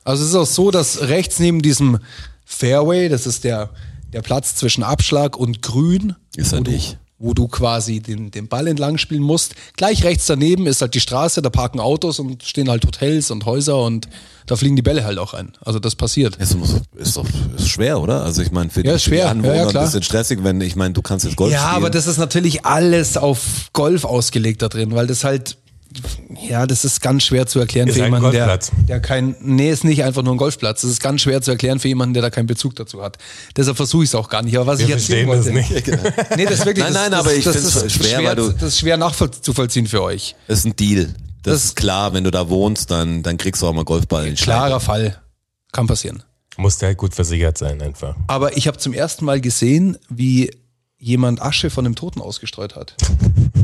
Also es ist auch so, dass rechts neben diesem Fairway, das ist der, der Platz zwischen Abschlag und Grün, Ist wo halt du- ich. wo du quasi den, den Ball entlang spielen musst. Gleich rechts daneben ist halt die Straße, da parken Autos und stehen halt Hotels und Häuser und da fliegen die Bälle halt auch rein. Also das passiert. Es muss, ist doch ist schwer, oder? Also ich meine, für, die- Ja, für ist schwer. die Ja, Anwohner ja, ein klar. bisschen stressig, wenn ich meine, du kannst jetzt Golf Ja, spielen. aber das ist natürlich alles auf Golf ausgelegt da drin, weil das halt, ja, das ist ganz schwer zu erklären Ist für ein jemanden, der, Golfplatz. der kein, nee, ist nicht einfach nur ein Golfplatz. Das ist ganz schwer zu erklären für jemanden, der da keinen Bezug dazu hat. Deshalb versuche ich es auch gar nicht. Aber was wir ich erzählen verstehen das wollte, nicht. nee, das ist wirklich, Nein, das, nein, das, aber ich das find's ist schwer, weil du- das ist schwer nachzuvollziehen für euch. Das ist ein Deal. Das, Das- ist klar, wenn du da wohnst, dann, dann kriegst du auch mal Golfball in den Schlag. Klarer Fall, kann passieren. Musste halt gut versichert sein, einfach. Aber ich habe zum ersten Mal gesehen, wie jemand Asche von dem Toten ausgestreut hat.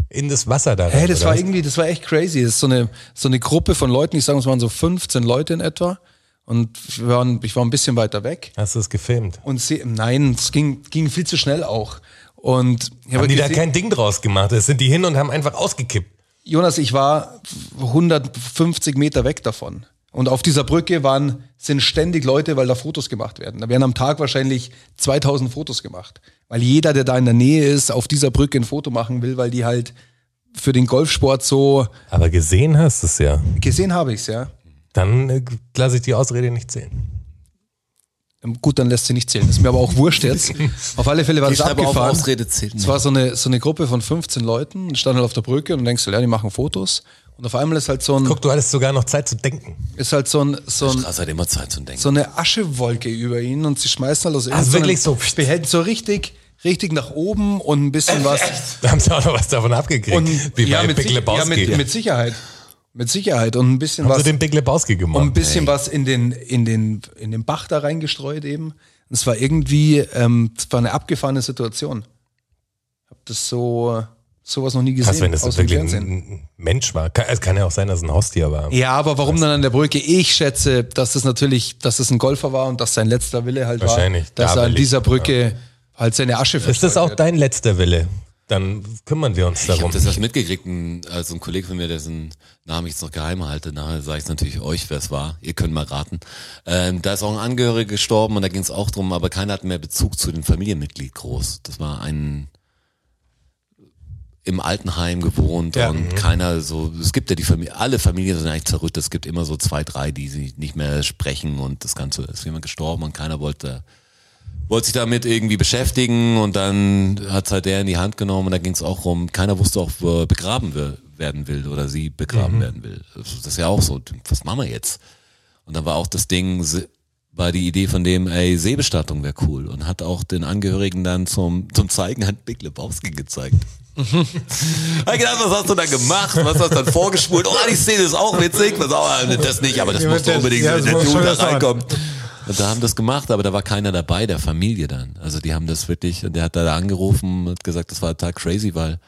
In das Wasser da rein. Hey, das oder war was? irgendwie, das war echt crazy. Das ist so eine, so eine Gruppe von Leuten, ich sage, es waren so 15 Leute in etwa. Und wir waren, ich war ein bisschen weiter weg. Hast du es gefilmt? Und sie, nein, es ging, ging viel zu schnell auch. Und ich Haben die da gesehen- kein Ding draus gemacht? Das sind die hin und haben einfach ausgekippt. Jonas, ich war 150 Meter weg davon. Und auf dieser Brücke waren, sind ständig Leute, weil da Fotos gemacht werden. Da werden am Tag wahrscheinlich 2000 Fotos gemacht. Weil jeder, der da in der Nähe ist, auf dieser Brücke ein Foto machen will, weil die halt für den Golfsport so Aber gesehen hast du es ja. gesehen habe ich's ja. Dann äh, lasse ich die Ausrede nicht zählen. Ähm, Gut, dann lässt sie nicht zählen. Ist mir aber auch wurscht jetzt. Auf alle Fälle war das abgefahren. zählt. Es war so eine, so eine Gruppe von 15 Leuten, stand halt auf der Brücke und denkst, du, ja, die machen Fotos. Und auf einmal ist halt so ein, Guck, du hattest sogar noch Zeit zu denken. ist halt so ein, so ein Krass, hat immer Zeit zu denken. so eine Aschewolke über ihn und sie schmeißen halt aus Also irgendeinem- wirklich so. Behälter so richtig, richtig nach oben und ein bisschen was. Da haben sie auch noch was davon abgekriegt. Und wie bei mit, Big Si- ja Lebowski. mit, mit Sicherheit. Mit Sicherheit und ein bisschen haben was. sie den Big Lebowski gemacht. Und ein bisschen was in den, in den, in den Bach da reingestreut eben. Und Es war irgendwie, ähm, es war eine abgefahrene Situation. Hab das so, sowas noch nie gesehen. Krass, wenn das aus dem wirklich ein, Fernsehen. ein Mensch war. Kann, es kann ja auch sein, dass es ein Haustier war. Ja, aber warum dann an der Brücke? Ich schätze, dass das natürlich, dass das ein Golfer war und dass sein letzter Wille halt Wahrscheinlich, war, dass da er an will ich, dieser Brücke halt seine Asche Ist das verstreut auch hat. dein letzter Wille? Dann kümmern wir uns Ich darum. habe das erst mitgekriegt, ein, also ein Kollege von mir, dessen Namen ich jetzt noch geheim halte, nachher sage ich natürlich euch, wer es war, ihr könnt mal raten. Ähm, da ist auch ein Angehöriger gestorben und da ging es auch drum, aber keiner hat mehr Bezug zu dem Familienmitglied groß. Das war ein im Altenheim gewohnt Ja. und keiner so, es gibt ja die Familie, alle Familien sind eigentlich zerrüttet, es gibt immer so zwei, drei, die sich nicht mehr sprechen und das Ganze ist jemand gestorben und keiner wollte wollte sich damit irgendwie beschäftigen und dann hat's halt der in die Hand genommen und da ging's auch rum. Keiner wusste auch, wo er begraben wir- werden will oder sie begraben werden will. Das ist ja auch so, was machen wir jetzt? Und dann war auch das Ding, se- war die Idee von dem, ey, Seebestattung wäre cool und hat auch den Angehörigen dann zum, zum Zeigen hat Big Lebowski gezeigt. Hab ich gedacht, was hast du da gemacht? Was hast du dann vorgespult? Oh, die Szene ist auch witzig. Was auch, das nicht, aber das Ja, muss das- unbedingt ja, sein, das der muss schon Dude da das sein. reinkommt. Und da haben das gemacht, aber da war keiner dabei, der Familie dann. Also die haben das wirklich, und der hat da angerufen und hat gesagt, das war total crazy, weil,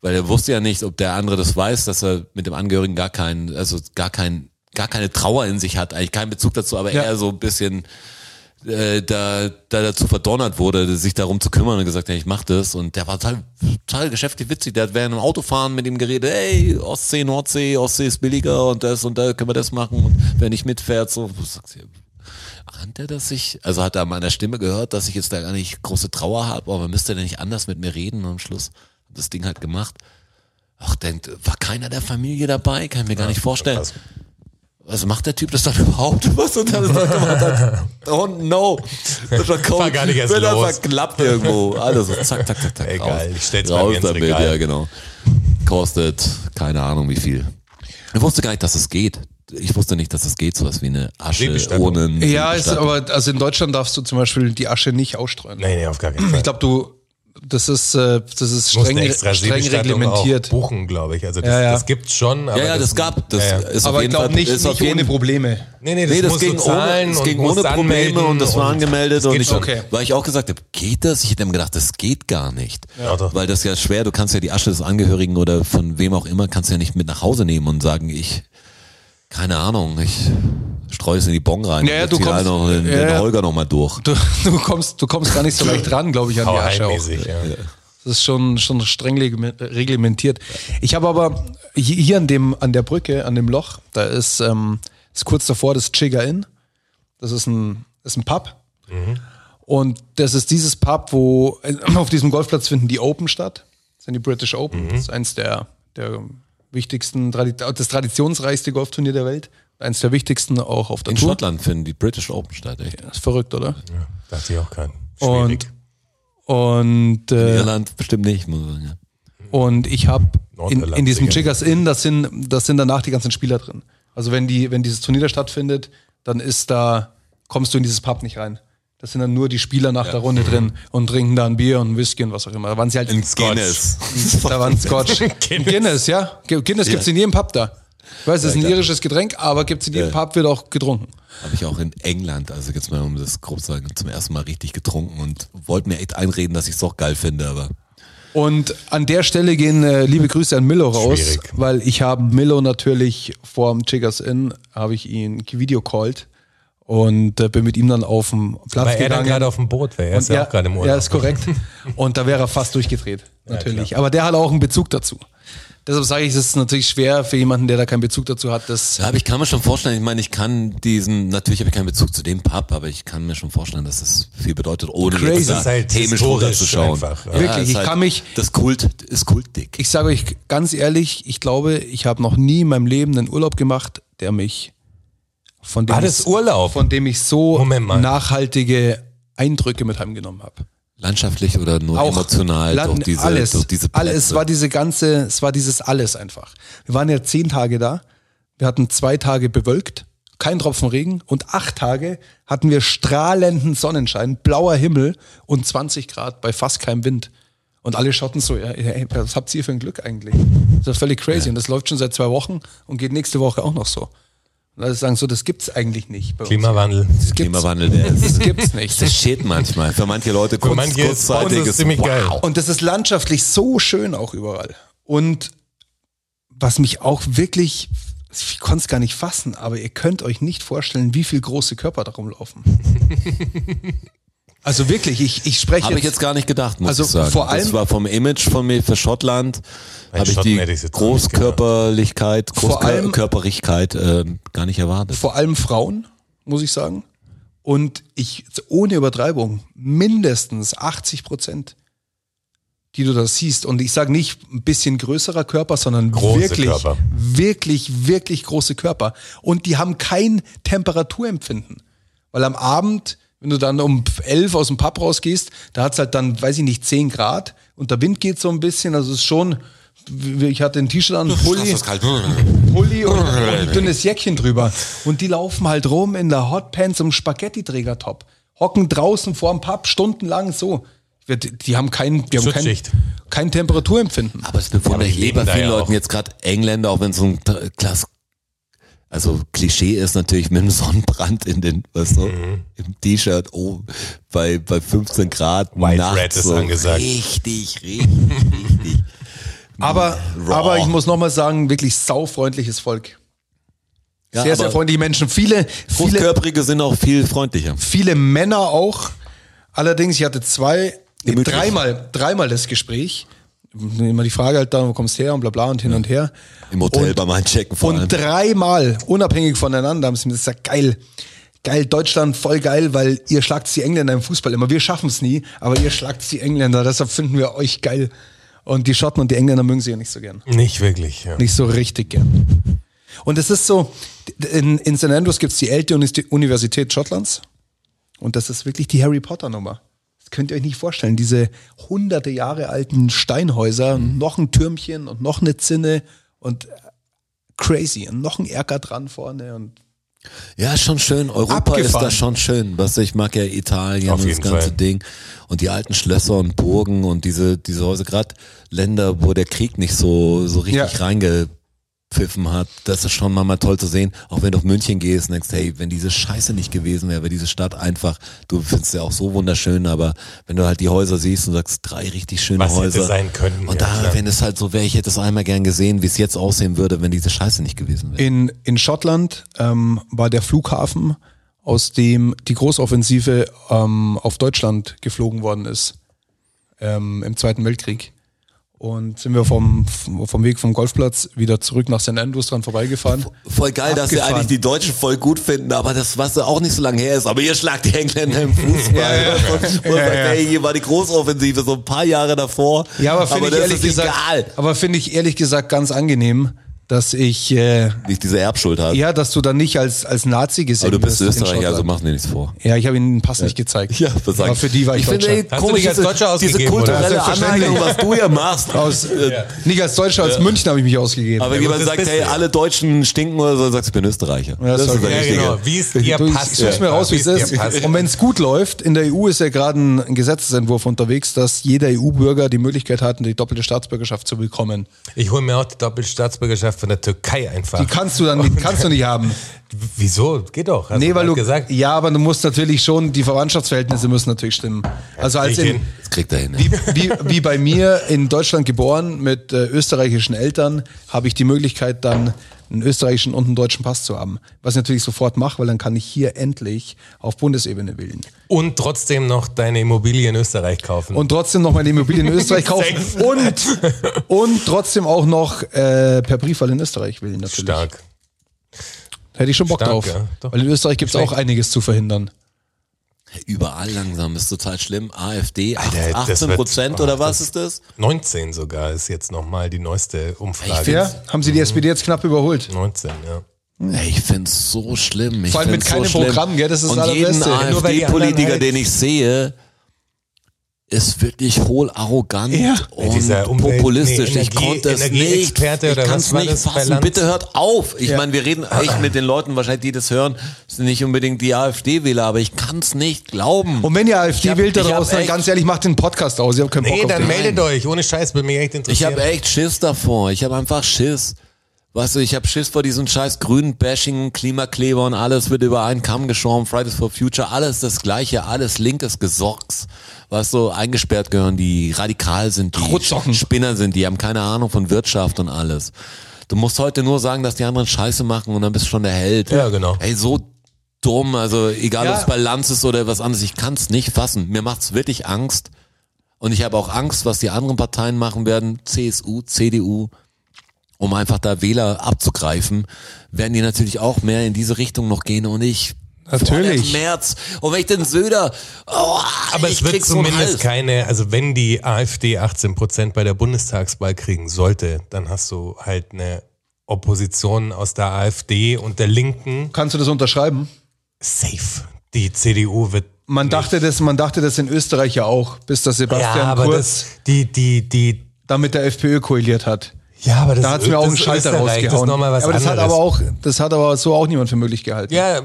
weil er wusste ja nicht, ob der andere das weiß, dass er mit dem Angehörigen gar keinen, also gar keinen, gar keine Trauer in sich hat, eigentlich keinen Bezug dazu, aber Ja. eher so ein bisschen äh, da, da dazu verdonnert wurde, sich darum zu kümmern und gesagt, hey, ich mach das. Und der war total, total geschäftlich witzig. Der hat während dem Autofahren mit ihm geredet, hey, Ostsee, Nordsee, Ostsee ist billiger und das und da können wir das machen. Und wer nicht mitfährt, so, wo sagst du, ahnt er, dass ich, also hat er an meiner Stimme gehört, dass ich jetzt da gar nicht große Trauer habe, aber müsste er denn nicht anders mit mir reden? Und am Schluss hat das Ding halt gemacht. Ach, denkt, war keiner der Familie dabei? Kann ich mir gar nicht vorstellen. krass. Was macht der Typ das dann überhaupt? Was er da gemacht hat? Oh no. Das war, kaum, War gar nicht erst Wird los. einfach klappt irgendwo. Alles so zack, zack, zack, zack. Egal, raus. ich stell's bei raus mir ins damit, Regal. Ja, genau. Kostet keine Ahnung wie viel. Ich wusste gar nicht, dass es geht. Ich wusste nicht, dass es geht, sowas wie eine Asche Seebestattung. ohne Ja, ist, Seebestattung. aber also in Deutschland darfst du zum Beispiel die Asche nicht ausstreuen. nee, nee, auf gar keinen Fall. Ich glaube, du, das ist, äh, das ist Musst streng, eine extra streng Seebestattung reglementiert. Auch buchen, glaube ich. Also das, Ja, ja. das gibt's schon. Aber Ja, ja, das gab. Das ja, ja. ist auf Aber ich jeden glaube Fall- nicht, ist auf nicht jeden ohne Probleme. Nee, nee, das, Nee, das musst du ging zahlen ohne, das und ging musst ohne Probleme anmelden und das war und- angemeldet Das und geht ich, schon. Okay. weil ich auch gesagt habe, geht das? Ich hätte mir gedacht, das geht gar nicht. Ja, doch. Weil das ist ja schwer, du kannst ja die Asche des Angehörigen oder von wem auch immer, kannst du ja nicht mit nach Hause nehmen und sagen, ich, keine Ahnung, ich streue es in die Bon rein. Ja, ja, Ich du zieh kommst- noch den, ja, den ja. Holger nochmal durch. Du, du, kommst, du kommst gar nicht so leicht ran, glaube ich, an die Asche auch. Hauheimmäßig, ja. Das ist schon, schon streng reglement- reglementiert. Ich habe aber hi- hier an, dem, an der Brücke, an dem Loch, da ist, ähm, ist kurz davor das Chigga Inn. Das ist ein, ist ein Pub. Mhm. Und das ist dieses Pub, wo äh, auf diesem Golfplatz finden die Open statt. Das sind die British Open. Das ist eins der, der wichtigsten, Tradi- das traditionsreichste Golfturnier der Welt. Eins der wichtigsten auch auf der In Tour. Schottland finden die British Open statt, echt. Ist verrückt, oder? Ja, Dachte ich auch keinen. Und, und In äh, Irland bestimmt nicht, muss ich sagen. Ja. Und ich habe in, Nordirland in diesem sicher. Chiggers Inn, das sind, das sind danach die ganzen Spieler drin. Also wenn die, wenn dieses Turnier da stattfindet, dann ist da, kommst du in dieses Pub nicht rein. Das sind dann nur die Spieler nach der Runde drin und trinken da ein Bier und ein Whisky und was auch immer. Da waren sie halt Guinness. Da waren Scotch. Guinness. Guinness. Guinness, ja. Guinness gibt's in jedem Pub da. Ich weiß, es ist ein irisches Getränk, aber gibt's in jedem Ja. Pub, wird auch getrunken. Habe ich auch in England, also jetzt mal um das grob zu sagen, zum ersten Mal richtig getrunken und wollte mir echt einreden, dass ich es doch geil finde, aber Und an der Stelle gehen äh, liebe Grüße an Milo raus, Schwierig. weil ich habe Milo natürlich vor dem Chiggers Inn, habe ich ihn videocallt Und äh, bin mit ihm dann auf dem Platz Weil er dann gegangen. gerade auf dem Boot wäre. Er ist Und ja auch gerade im Urlaub. Ja, ist korrekt. Und da wäre er fast durchgedreht, natürlich. Aber der hat auch einen Bezug dazu. Deshalb sage ich, es ist natürlich schwer für jemanden, der da keinen Bezug dazu hat, das Ja, aber ich kann mir schon vorstellen, ich meine, ich kann diesen, natürlich habe ich keinen Bezug zu dem Pub, aber ich kann mir schon vorstellen, dass das viel bedeutet, ohne Crazy. jetzt da Es ist halt hämisch historisch runterzuschauen. einfach, ja. Wirklich, ich kann mich- halt, Das Kult ist kultig. Ich sage euch ganz ehrlich, ich glaube, ich habe noch nie in meinem Leben einen Urlaub gemacht, der mich von dem, War das ich, Urlaub? von dem ich so Moment mal. nachhaltige Eindrücke mit heimgenommen habe. Landschaftlich oder nur emotional Land- durch diese, alles, durch diese Plätze. alles, es war diese ganze, es war dieses alles einfach. Wir waren ja zehn Tage da, wir hatten zwei Tage bewölkt, kein Tropfen Regen und acht Tage hatten wir strahlenden Sonnenschein, blauer Himmel und 20 Grad bei fast keinem Wind. Und alle schauten so, ja, ey, was habt ihr für ein Glück eigentlich? Das ist völlig crazy. Und das läuft schon seit zwei Wochen und geht nächste Woche auch noch so. Und alle sagen so, das gibt's eigentlich nicht bei uns. Klimawandel. Das gibt's, Klimawandel, der ist, das gibt's nicht. das shit manchmal. Für manche Leute kurz, manche ist bei uns kurzzeitiges. das ziemlich geil. Und das ist landschaftlich so schön auch überall. Und was mich auch wirklich, ich konnte es gar nicht fassen, aber ihr könnt euch nicht vorstellen, wie viel große Körper da rumlaufen. also wirklich, ich, ich spreche Habe ich jetzt gar nicht gedacht, muss Also ich sagen. vor das allem- war vom Image von mir für Schottland, habe ich Schotten die hätte ich's jetzt auch nicht gedacht. Großkörperlichkeit, Vor allem- Großkörperigkeit ähm, gar nicht erwartet. vor allem Frauen, muss ich sagen. Und ich, ohne Übertreibung, mindestens 80 Prozent, die du da siehst. Und ich sage nicht ein bisschen größerer Körper, sondern Große wirklich, Körper. wirklich, wirklich große Körper. Und die haben kein Temperaturempfinden. Weil am Abend, wenn du dann um elf aus dem Pub rausgehst, da hat's halt dann, weiß ich nicht, 10 Grad und der Wind geht so ein bisschen. Also es ist schon, ich hatte ein T-Shirt an, einen Pulli. Pulli Oh, und, und ein dünnes Jäckchen drüber. Und die laufen halt rum in der Hotpants und Spaghetti-Träger-Top. Hocken draußen vorm Pub stundenlang so. Wir, die die haben kein, die haben kein, Schutzschicht. kein Temperaturempfinden. Aber es bewundere aber ich die leben lieber da vielen ja Leuten auch. jetzt gerade Engländer, auch wenn es so ein T- Klass, also Klischee ist natürlich mit dem Sonnenbrand in den, weißt du, Mhm. im T-Shirt, oh, bei, bei 15 Grad, White nachts, Red ist so angesagt. Richtig, richtig, richtig. Mhm. Aber, Raw. aber ich muss nochmal sagen, wirklich saufreundliches Volk. Ja, sehr, sehr aber freundliche Menschen. Viele, viele, Großkörperige sind auch viel freundlicher. viele Männer auch. Allerdings, ich hatte zwei, nee, Gemütlich. dreimal, dreimal das Gespräch. Immer die Frage halt da, wo kommst du her und bla bla und hin und her. Im Hotel Und- beim Einchecken vor allem. Und dreimal, unabhängig voneinander, haben sie mir gesagt, geil. Geil, Deutschland, voll geil, weil ihr schlagt die Engländer im Fußball immer. Wir schaffen es nie, aber ihr schlagt die Engländer, deshalb finden wir euch geil. Und die Schotten und die Engländer mögen sie ja nicht so gern. Nicht wirklich. Ja. Nicht so richtig gern. Und es ist so, in, in St. Andrews gibt es die älteste Unis- Universität Schottlands. Und das ist wirklich die Harry Potter Nummer. Das könnt ihr euch nicht vorstellen. Diese hunderte Jahre alten Steinhäuser, noch ein Türmchen und noch eine Zinne und crazy und noch ein Erker dran vorne und Ja, ist schon schön. Europa ist Abgefahren. da schon schön. Was ich mag ja Italien Auf und das jeden ganze Fall. Ding. Und die alten Schlösser und Burgen und diese, diese Häuser, gerade Länder, wo der Krieg nicht so, so richtig Ja. reingepfiffen hat. Das ist schon mal, mal toll zu sehen. Auch wenn du auf München gehst und denkst, hey, wenn diese Scheiße nicht gewesen wäre, wäre diese Stadt einfach, du findest ja auch so wunderschön, aber wenn du halt die Häuser siehst und sagst, drei richtig schöne Was hätte Häuser. sein können, Und ja, da, klar. wenn es halt so wäre, ich hätte es einmal gern gesehen, wie es jetzt aussehen würde, wenn diese Scheiße nicht gewesen wäre. In, in Schottland ähm, war der Flughafen, aus dem die Großoffensive ähm, auf Deutschland geflogen worden ist ähm, im Zweiten Weltkrieg. Und sind wir vom, vom Weg vom Golfplatz wieder zurück nach St. Andrews dran vorbeigefahren. Voll geil, dass sie Abgefahren. eigentlich die Deutschen voll gut finden, aber das, was ja auch nicht so lange her ist, aber ihr schlagt die Engländer im Fußball. Und man sagt, hey, hier war die Großoffensive so ein paar Jahre davor. Ja, aber finde ich das ehrlich ist gesagt, egal. aber finde ich ehrlich gesagt ganz angenehm, dass ich äh, Nicht diese Erbschuld hat. ja, dass du dann nicht als als Nazi gesehen aber du bist wirst in Österreicher, also Schottland. mach mir nichts vor. ja, ich habe ihnen den Pass nicht gezeigt. Ja, was sag aber für die war ich, ich finde, Deutscher. ey, du komisch, dich als diese- Deutscher diese ausgegeben, oder? kulturelle Selbstverständlich. Aneignung, was du hier machst. Aus, äh, Nicht als Deutscher, als München habe ich mich ausgegeben. aber wenn jemand das sagt, bist hey, du ja. alle Deutschen stinken oder so, dann sagst du, ich bin Österreicher. Ja, das ist sorry. der Ja, richtige. genau. Wie es dir du, passt. Ich such's mir raus, wie es Wie's dir ist. passt. Und wenn es gut läuft, in der EU ist ja gerade ein ein Gesetzesentwurf unterwegs, dass jeder EU-Bürger die Möglichkeit hat, die doppelte Staatsbürgerschaft zu bekommen. Ich hole mir auch die Doppelstaatsbürgerschaft von der Türkei einfach. Die kannst du dann nicht, kannst du nicht haben. W- Wieso? Geht doch. Hast Nee, weil grad du, gesagt. ja, aber du musst natürlich schon, die Verwandtschaftsverhältnisse müssen natürlich stimmen. Also als Ich in, hin. Das kriegt er hin. wie, wie, wie bei mir in Deutschland geboren mit äh, österreichischen Eltern, habe ich die Möglichkeit dann einen österreichischen und einen deutschen Pass zu haben. Was ich natürlich sofort mache, weil dann kann ich hier endlich auf Bundesebene wählen. Und trotzdem noch deine Immobilie in Österreich kaufen. Und trotzdem noch meine Immobilie in Österreich kaufen Safe. und, und trotzdem auch noch äh, per Briefwahl in Österreich wählen natürlich. Stark. Hätte ich schon Bock Stark, drauf. ja. Doch. Weil in Österreich gibt es auch einiges zu verhindern. Überall langsam, ist total schlimm. AfD, Alter, das 18 wird- Ah, Prozent oder was ist das? 19 sogar ist jetzt nochmal die neueste Umfrage. Ja, haben Mhm. sie die SPD jetzt knapp überholt. 19, ja. Ey, ich find's so schlimm. Ich Vor allem mit find's so keinem schlimm. Programm, gell? Das ist Und das jeden Allerbeste. Nur weil die anderen AfD-Politiker, halt- den ich sehe, ist wirklich hohl arrogant Ja. und Dieser Umwelt- populistisch. nee, ich Energie- konnte es nicht. Energieexperte oder ich was kann's war nicht das bei fassen. Lanz? Bitte hört auf. Ich Ja. meine, wir reden echt mit den Leuten, wahrscheinlich die das hören, sind nicht unbedingt die AfD-Wähler, aber ich kann's nicht glauben. Und wenn ihr AfD Ich hab- wählt da ich hab draußen, dann echt- ganz ehrlich, macht den Podcast aus. Ihr habt keinen Bock Nee, auf dann den. meldet euch. Ohne Scheiß, bin mir echt Ich interessiert. habe echt Schiss davor. Ich habe einfach Schiss. Weißt du, ich habe Schiss vor diesem scheiß grünen Bashing, Klimakleber und alles wird über einen Kamm geschoren. Fridays for Future, alles das Gleiche, alles linkes Gesocks. Weißt du, eingesperrt gehören die, radikal sind die, Rotzocken. Spinner sind die, haben keine Ahnung von Wirtschaft und alles. Du musst heute nur sagen, dass die anderen Scheiße machen und dann bist du schon der Held. Ja, genau. Ey, so dumm, also egal Ja. ob es Balance ist oder was anderes, ich kann's nicht fassen. Mir macht's wirklich Angst. Und ich habe auch Angst, was die anderen Parteien machen werden, CSU, CDU, um einfach da Wähler abzugreifen, werden die natürlich auch mehr in diese Richtung noch gehen und ich Natürlich. vor dem März. Und wenn ich den Söder, oh, Aber ich es wird krieg's so einen zumindest Hals. keine, also wenn die AfD 18 Prozent bei der Bundestagswahl kriegen sollte, dann hast du halt eine Opposition aus der AfD und der Linken. Kannst du das unterschreiben? Safe. Die CDU wird. Man dachte, das, man dachte das in Österreich ja auch, bis dass Sebastian Ja, aber Kurz das, die, die, die, da mit der FPÖ koaliert hat. ja, aber das Da hat es mir auch einen Schalter Österreich, Das ist rausgehauen. nochmal was aber das anderes. hat aber auch, das hat aber so auch niemand für möglich gehalten. Ja,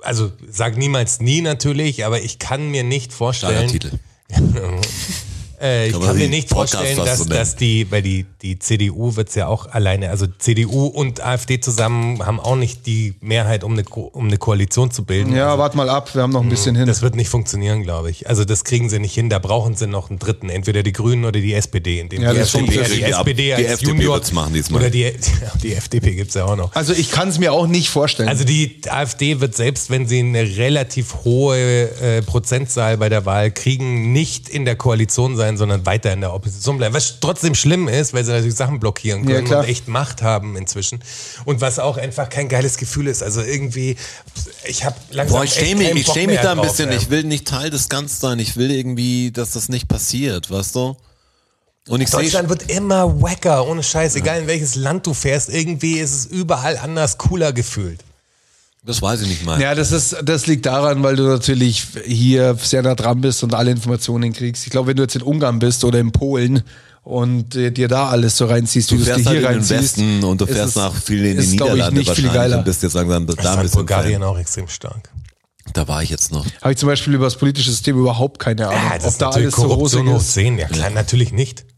also sag niemals nie natürlich, aber ich kann mir nicht Kleiner vorstellen. Titel. Äh, ich Kann man kann mir den nicht Podcast vorstellen, fast dass, so nennen. dass die, weil die, die CDU wird's ja auch alleine, also CDU und AfD zusammen haben auch nicht die Mehrheit, um eine, Ko- um eine Koalition zu bilden. Ja, warte mal ab, wir haben noch ein bisschen hin. Mhm. Das wird nicht funktionieren, glaube ich. Also das kriegen sie nicht hin. Da brauchen sie noch einen Dritten, entweder die Grünen oder die SPD. In dem Ja, die das SPD, funktioniert die nicht. Die SPD als FDP Junior wird's machen diesmal. oder die, die FDP gibt's ja auch noch. Also ich kann es mir auch nicht vorstellen. Also die AfD wird selbst, wenn sie eine relativ hohe äh, Prozentzahl bei der Wahl kriegen, nicht in der Koalition sein, sondern weiter in der Opposition bleiben. Was trotzdem schlimm ist, weil sie natürlich Sachen blockieren Ja, können klar. und echt Macht haben inzwischen. Und was auch einfach kein geiles Gefühl ist. Also irgendwie, ich habe langsam Boah, ich echt schäme mich, keinen ich Bock schäme mich mehr da ein drauf, bisschen. ey. Ich will nicht Teil des Ganzen sein. Ich will irgendwie, dass das nicht passiert, weißt du? Und ich sehe Deutschland wird immer wacker, ohne Scheiß. Egal in welches Land du fährst, irgendwie ist es überall anders cooler gefühlt. Das weiß ich nicht mal. Ja, das ist, das liegt daran, weil du natürlich hier sehr nah dran bist und alle Informationen kriegst. Ich glaube, wenn du jetzt in Ungarn bist oder in Polen und äh, dir da alles so reinziehst, Du wie du es fährst dir halt hier in den reinziehst, Westen und du ist es- fährst nach vielen in ist, die glaub Niederlande ich, nicht viel wahrscheinlich geiler. halt und bist jetzt langsam da Das ein ist halt bisschen Bulgarien Fan. auch extrem stark. Da war ich jetzt noch. Habe ich zum Beispiel über das politische System überhaupt keine Ahnung, Ja, das ob ist da natürlich alles so rosig Korruption hoch ist. 10. Ja, klar, natürlich nicht.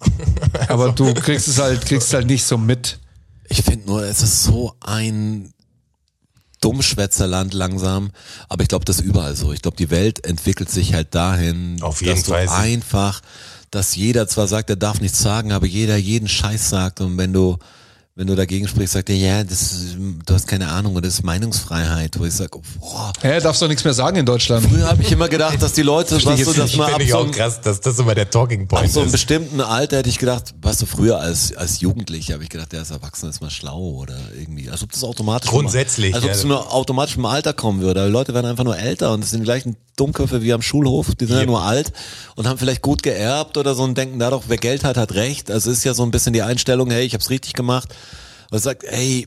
Aber du kriegst es halt, kriegst es halt nicht so mit. Ich finde nur, es ist so ein Dummschwätzerland langsam. Aber ich glaube, das ist überall so. Ich glaube, die Welt entwickelt sich halt dahin, Auf jeden dass du Fall. einfach, dass jeder zwar sagt, er darf nichts sagen, aber jeder jeden Scheiß sagt. Und wenn du, wenn du dagegen sprichst, sagt er, ja, das, ist- du hast keine Ahnung, und das ist Meinungsfreiheit. Wo ich sage, boah. Hä, darfst doch nichts mehr sagen in Deutschland. Früher habe ich immer gedacht, dass die Leute, was Jetzt du das nicht. mal Finde ab ich so auch einem- krass, dass das immer der Talking Point Ab so einem ist. bestimmten Alter hätte ich gedacht, weißt du, früher als, als Jugendlicher habe ich gedacht, der ist erwachsen, ist mal schlau oder irgendwie. Als ob das automatisch. Grundsätzlich, Als ob ja. es nur automatisch im Alter kommen würde. Die Leute werden einfach nur älter und es sind die gleichen Dummköpfe wie am Schulhof. Die sind ja. Yep. nur alt und haben vielleicht gut geerbt oder so und denken dadurch, wer Geld hat, hat Recht. Also es ist ja so ein bisschen die Einstellung, hey, ich hab's richtig gemacht. Was sagt, ey,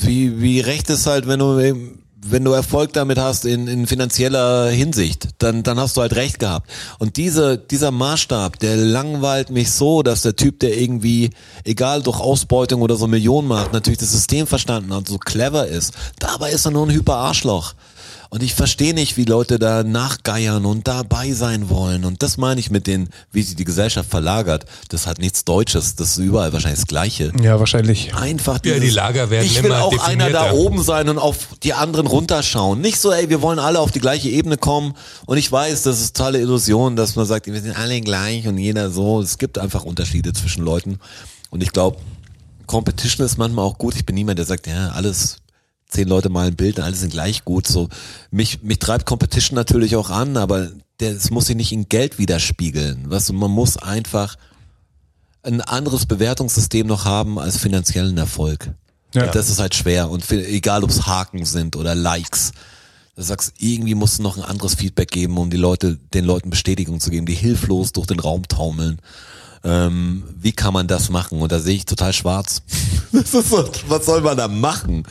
wie, wie recht ist halt, wenn du eben- wenn du Erfolg damit hast in, in finanzieller Hinsicht, dann, dann hast du halt recht gehabt. Und diese, dieser Maßstab, der langweilt mich so, dass der Typ, der irgendwie, egal durch Ausbeutung oder so Millionen macht, natürlich das System verstanden hat, so clever ist. Dabei ist er nur ein Hyperarschloch. Und ich verstehe nicht, wie Leute da nachgeiern und dabei sein wollen. Und das meine ich mit den, wie sich die Gesellschaft verlagert. Das hat nichts Deutsches. Das ist überall wahrscheinlich das Gleiche Ja, wahrscheinlich. einfach Ja, die Lager werden ich will immer auch einer da definierter. oben sein und auf die anderen runterschauen. Nicht so, ey, wir wollen alle auf die gleiche Ebene kommen. Und ich weiß, das ist tolle Illusion, dass man sagt, wir sind alle gleich und jeder so. Es gibt einfach Unterschiede zwischen Leuten. Und ich glaube, Competition ist manchmal auch gut. Ich bin niemand, der sagt, ja, alles, zehn Leute malen ein Bild, und alle sind gleich gut. So, mich, mich treibt Competition natürlich auch an, aber der- es muss sich nicht in Geld widerspiegeln. Weißt du, man muss einfach ein anderes Bewertungssystem noch haben als finanziellen Erfolg. Ja. Das ist halt schwer. Und für, egal, ob es Haken sind oder Likes. Du sagst, irgendwie musst du noch ein anderes Feedback geben, um die Leute, den Leuten Bestätigung zu geben, die hilflos durch den Raum taumeln. Ähm, wie kann man das machen? Und da sehe ich total schwarz. Das ist so, was soll man da machen?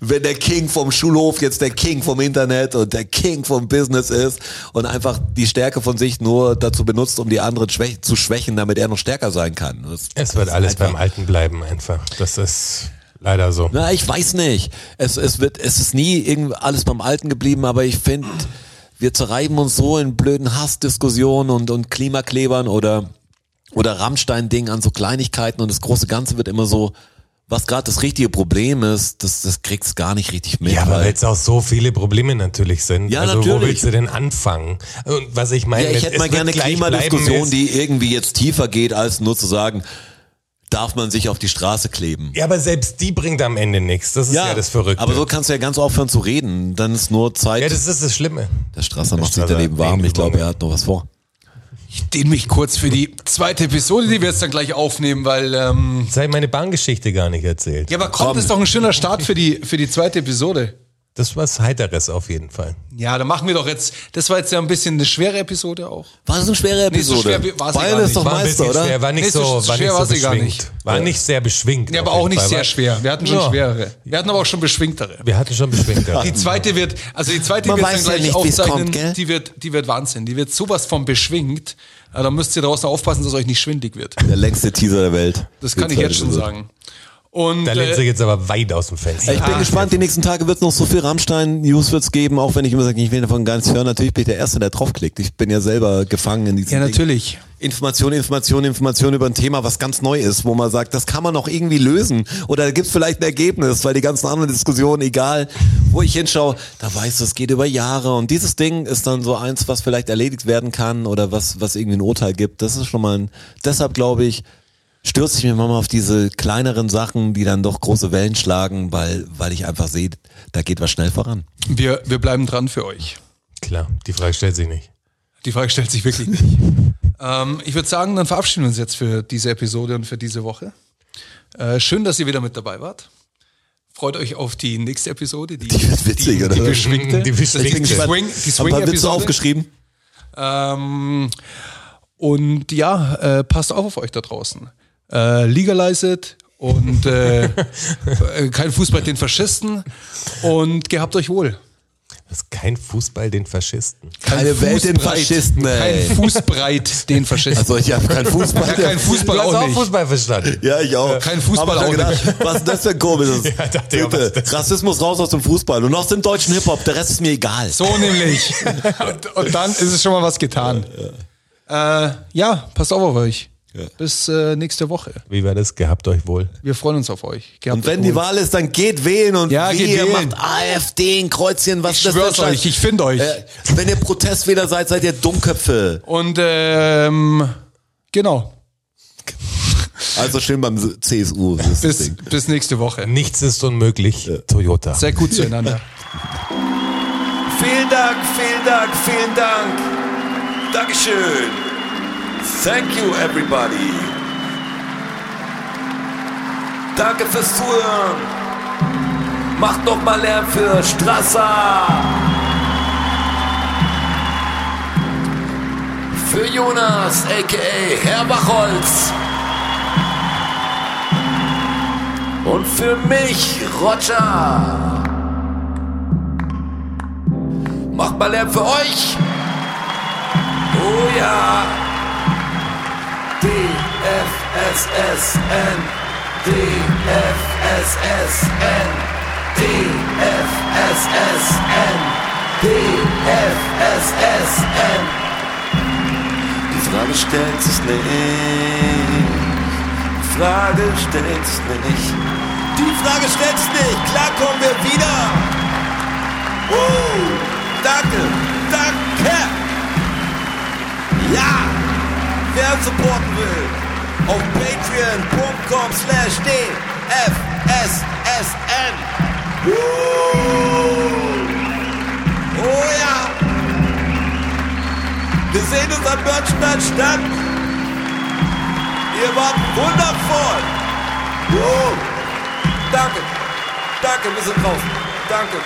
Wenn der King vom Schulhof jetzt der King vom Internet und der King vom Business ist und einfach die Stärke von sich nur dazu benutzt, um die anderen schwäch zu schwächen, damit er noch stärker sein kann. Das- Es wird das ist alles einfach- beim Alten bleiben einfach. Das ist leider so. na, ich weiß nicht. Es, es wird, es ist nie irgend alles beim Alten geblieben, aber ich finde, wir zerreiben uns so in blöden Hassdiskussionen und, und Klimaklebern oder, oder Rammstein-Dingen an so Kleinigkeiten und das große Ganze wird immer so, was gerade das richtige Problem ist, das, das kriegst gar nicht richtig mit. Ja, aber weil- weil es auch so viele Probleme natürlich sind. Ja, also wo natürlich. willst du denn anfangen? Und was ich meine, ja, ich mit, hätte es mal wird gerne eine gleich bleiben, Klimadiskussion, ist- die irgendwie jetzt tiefer geht, als nur zu sagen, darf man sich auf die Straße kleben. Ja, aber selbst die bringt am Ende nichts. Das ist ja, das Verrückte. aber so kannst du ja ganz aufhören zu reden. Dann ist nur Zeit. ja, das ist das Schlimme. Der Strasser macht sich Strasser daneben hat warm. wenig Ich glaube, gewonnen. er hat noch was vor. Ich dehne mich kurz für die zweite Episode, die wir jetzt dann gleich aufnehmen, weil. Ähm Jetzt habe ich meine Bahngeschichte gar nicht erzählt. ja, aber kommt, ist doch ein schöner Start für die, für die zweite Episode. Das war was Heiteres auf jeden Fall. Ja, dann machen wir doch jetzt. Das war jetzt ja ein bisschen eine schwere Episode auch. War das eine schwere Nee, so Episode? schwer war sie Bayern gar ist nicht. doch war ein Meister, bisschen oder? schwer, war nicht Nee, so so, schwer war nicht so war sie gar beschwingt. nicht. War nicht sehr beschwingt. Ja, aber auf jeden auch nicht Fall. sehr War- schwer. Wir hatten schon Ja. schwerere. Wir hatten aber auch schon beschwingtere. Wir hatten schon beschwingter. Die zweite wird, also die zweite Man wird weiß dann ja gleich nicht, wie's aufzeichnen, kommt, gell? die wird, die wird Wahnsinn. Die wird sowas von beschwingt. Äh, Da müsst ihr draußen aufpassen, dass euch nicht schwindig wird. Der längste Teaser der Welt. halt- Das kann ich jetzt schon sagen. Und da lehnt äh, sich jetzt aber weit aus dem Fenster. Ich bin gespannt, die nächsten Tage wird es noch so viel Rammstein-News wird's geben, auch wenn ich immer sage, ich will davon gar nichts hören. Natürlich bin ich der Erste, der draufklickt. Ich bin ja selber gefangen in diesem Ja, natürlich. Information, Information, Information über ein Thema, was ganz neu ist, wo man sagt, das kann man noch irgendwie lösen. Oder da gibt's vielleicht ein Ergebnis, weil die ganzen anderen Diskussionen, egal wo ich hinschaue, da weißt du, es geht über Jahre. Und dieses Ding ist dann so eins, was vielleicht erledigt werden kann oder was, was irgendwie ein Urteil gibt. Das ist schon mal ein, deshalb glaube ich, stürze ich mich manchmal auf diese kleineren Sachen, die dann doch große Wellen schlagen, weil, weil ich einfach sehe, da geht was schnell voran. wir, wir bleiben dran für euch. Klar, die Frage stellt sich nicht. Die Frage stellt sich wirklich nicht. ähm, ich würde sagen, dann verabschieden wir uns jetzt für diese Episode und für diese Woche. Äh, schön, dass ihr wieder mit dabei wart. Freut euch auf die nächste Episode. Die, Die wird witzig, die, oder? Die beschwingte. Die beschwingte. Die Swing, die Hab ein paar Witze Swing-Episode. aufgeschrieben. Ähm, und ja, äh, passt auf auf euch da draußen. Äh, legalized und äh, äh, kein Fußball den Faschisten und gehabt euch wohl. Das ist kein Fußball den Faschisten. Kein Keine Welt den Fußbreit- Faschisten, ey. Kein Fußbreit den Faschisten. Also ich habe keinen Fußball. ja, kein Fußball du hast auch auch nicht. Fußball verstanden. Ja, ich auch. Kein Fußball Hab ich schon auch gedacht, Was ist das für ein komisches? Ja, dachte ich auch, was Bitte, ist das? Rassismus raus aus dem Fußball und aus dem deutschen Hip-Hop, der Rest ist mir egal. So nämlich. und, und dann ist es schon mal was getan. Äh, ja, passt auf auf euch. Bis äh, nächste Woche. Wie war das? Gehabt euch wohl. Wir freuen uns auf euch. Gehabt Und euch wenn wohl. die Wahl ist, dann geht wählen und Ja, wie geht ihr wählen. macht AfD ein Kreuzchen, was Ich das schwör's für ein Scheiß- euch, ich find euch. Äh, wenn ihr Protestwähler seid, seid ihr Dummköpfe. Und ähm, genau. Also schön beim CSU. Das ist das Bis, Ding. bis nächste Woche. Nichts ist unmöglich. Toyota. Sehr gut zueinander. Vielen Dank, vielen Dank, vielen Dank. Dankeschön. Thank you, everybody. Danke fürs Zuhören. Macht noch mal Lärm für Strasser. Für Jonas, a.k.a. Herr Bachholz. Und für mich, Roger. Macht mal Lärm für euch! Oh ja! DFSSN! DFSSN! DFSSN! DFSSN! Die Frage stellt sich nicht. Die Frage stellt sich nicht. Die Frage stellt sich nicht. Klar kommen wir wieder. Uh, danke, danke. Ja, wer uns supporten will, auf patreon.com slash d FSSN. Uh. Oh ja. Wir sehen uns am Börnstein statt. Ihr wart wundervoll. Uh. Danke. Danke, wir sind draußen. Danke.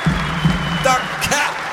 Danke.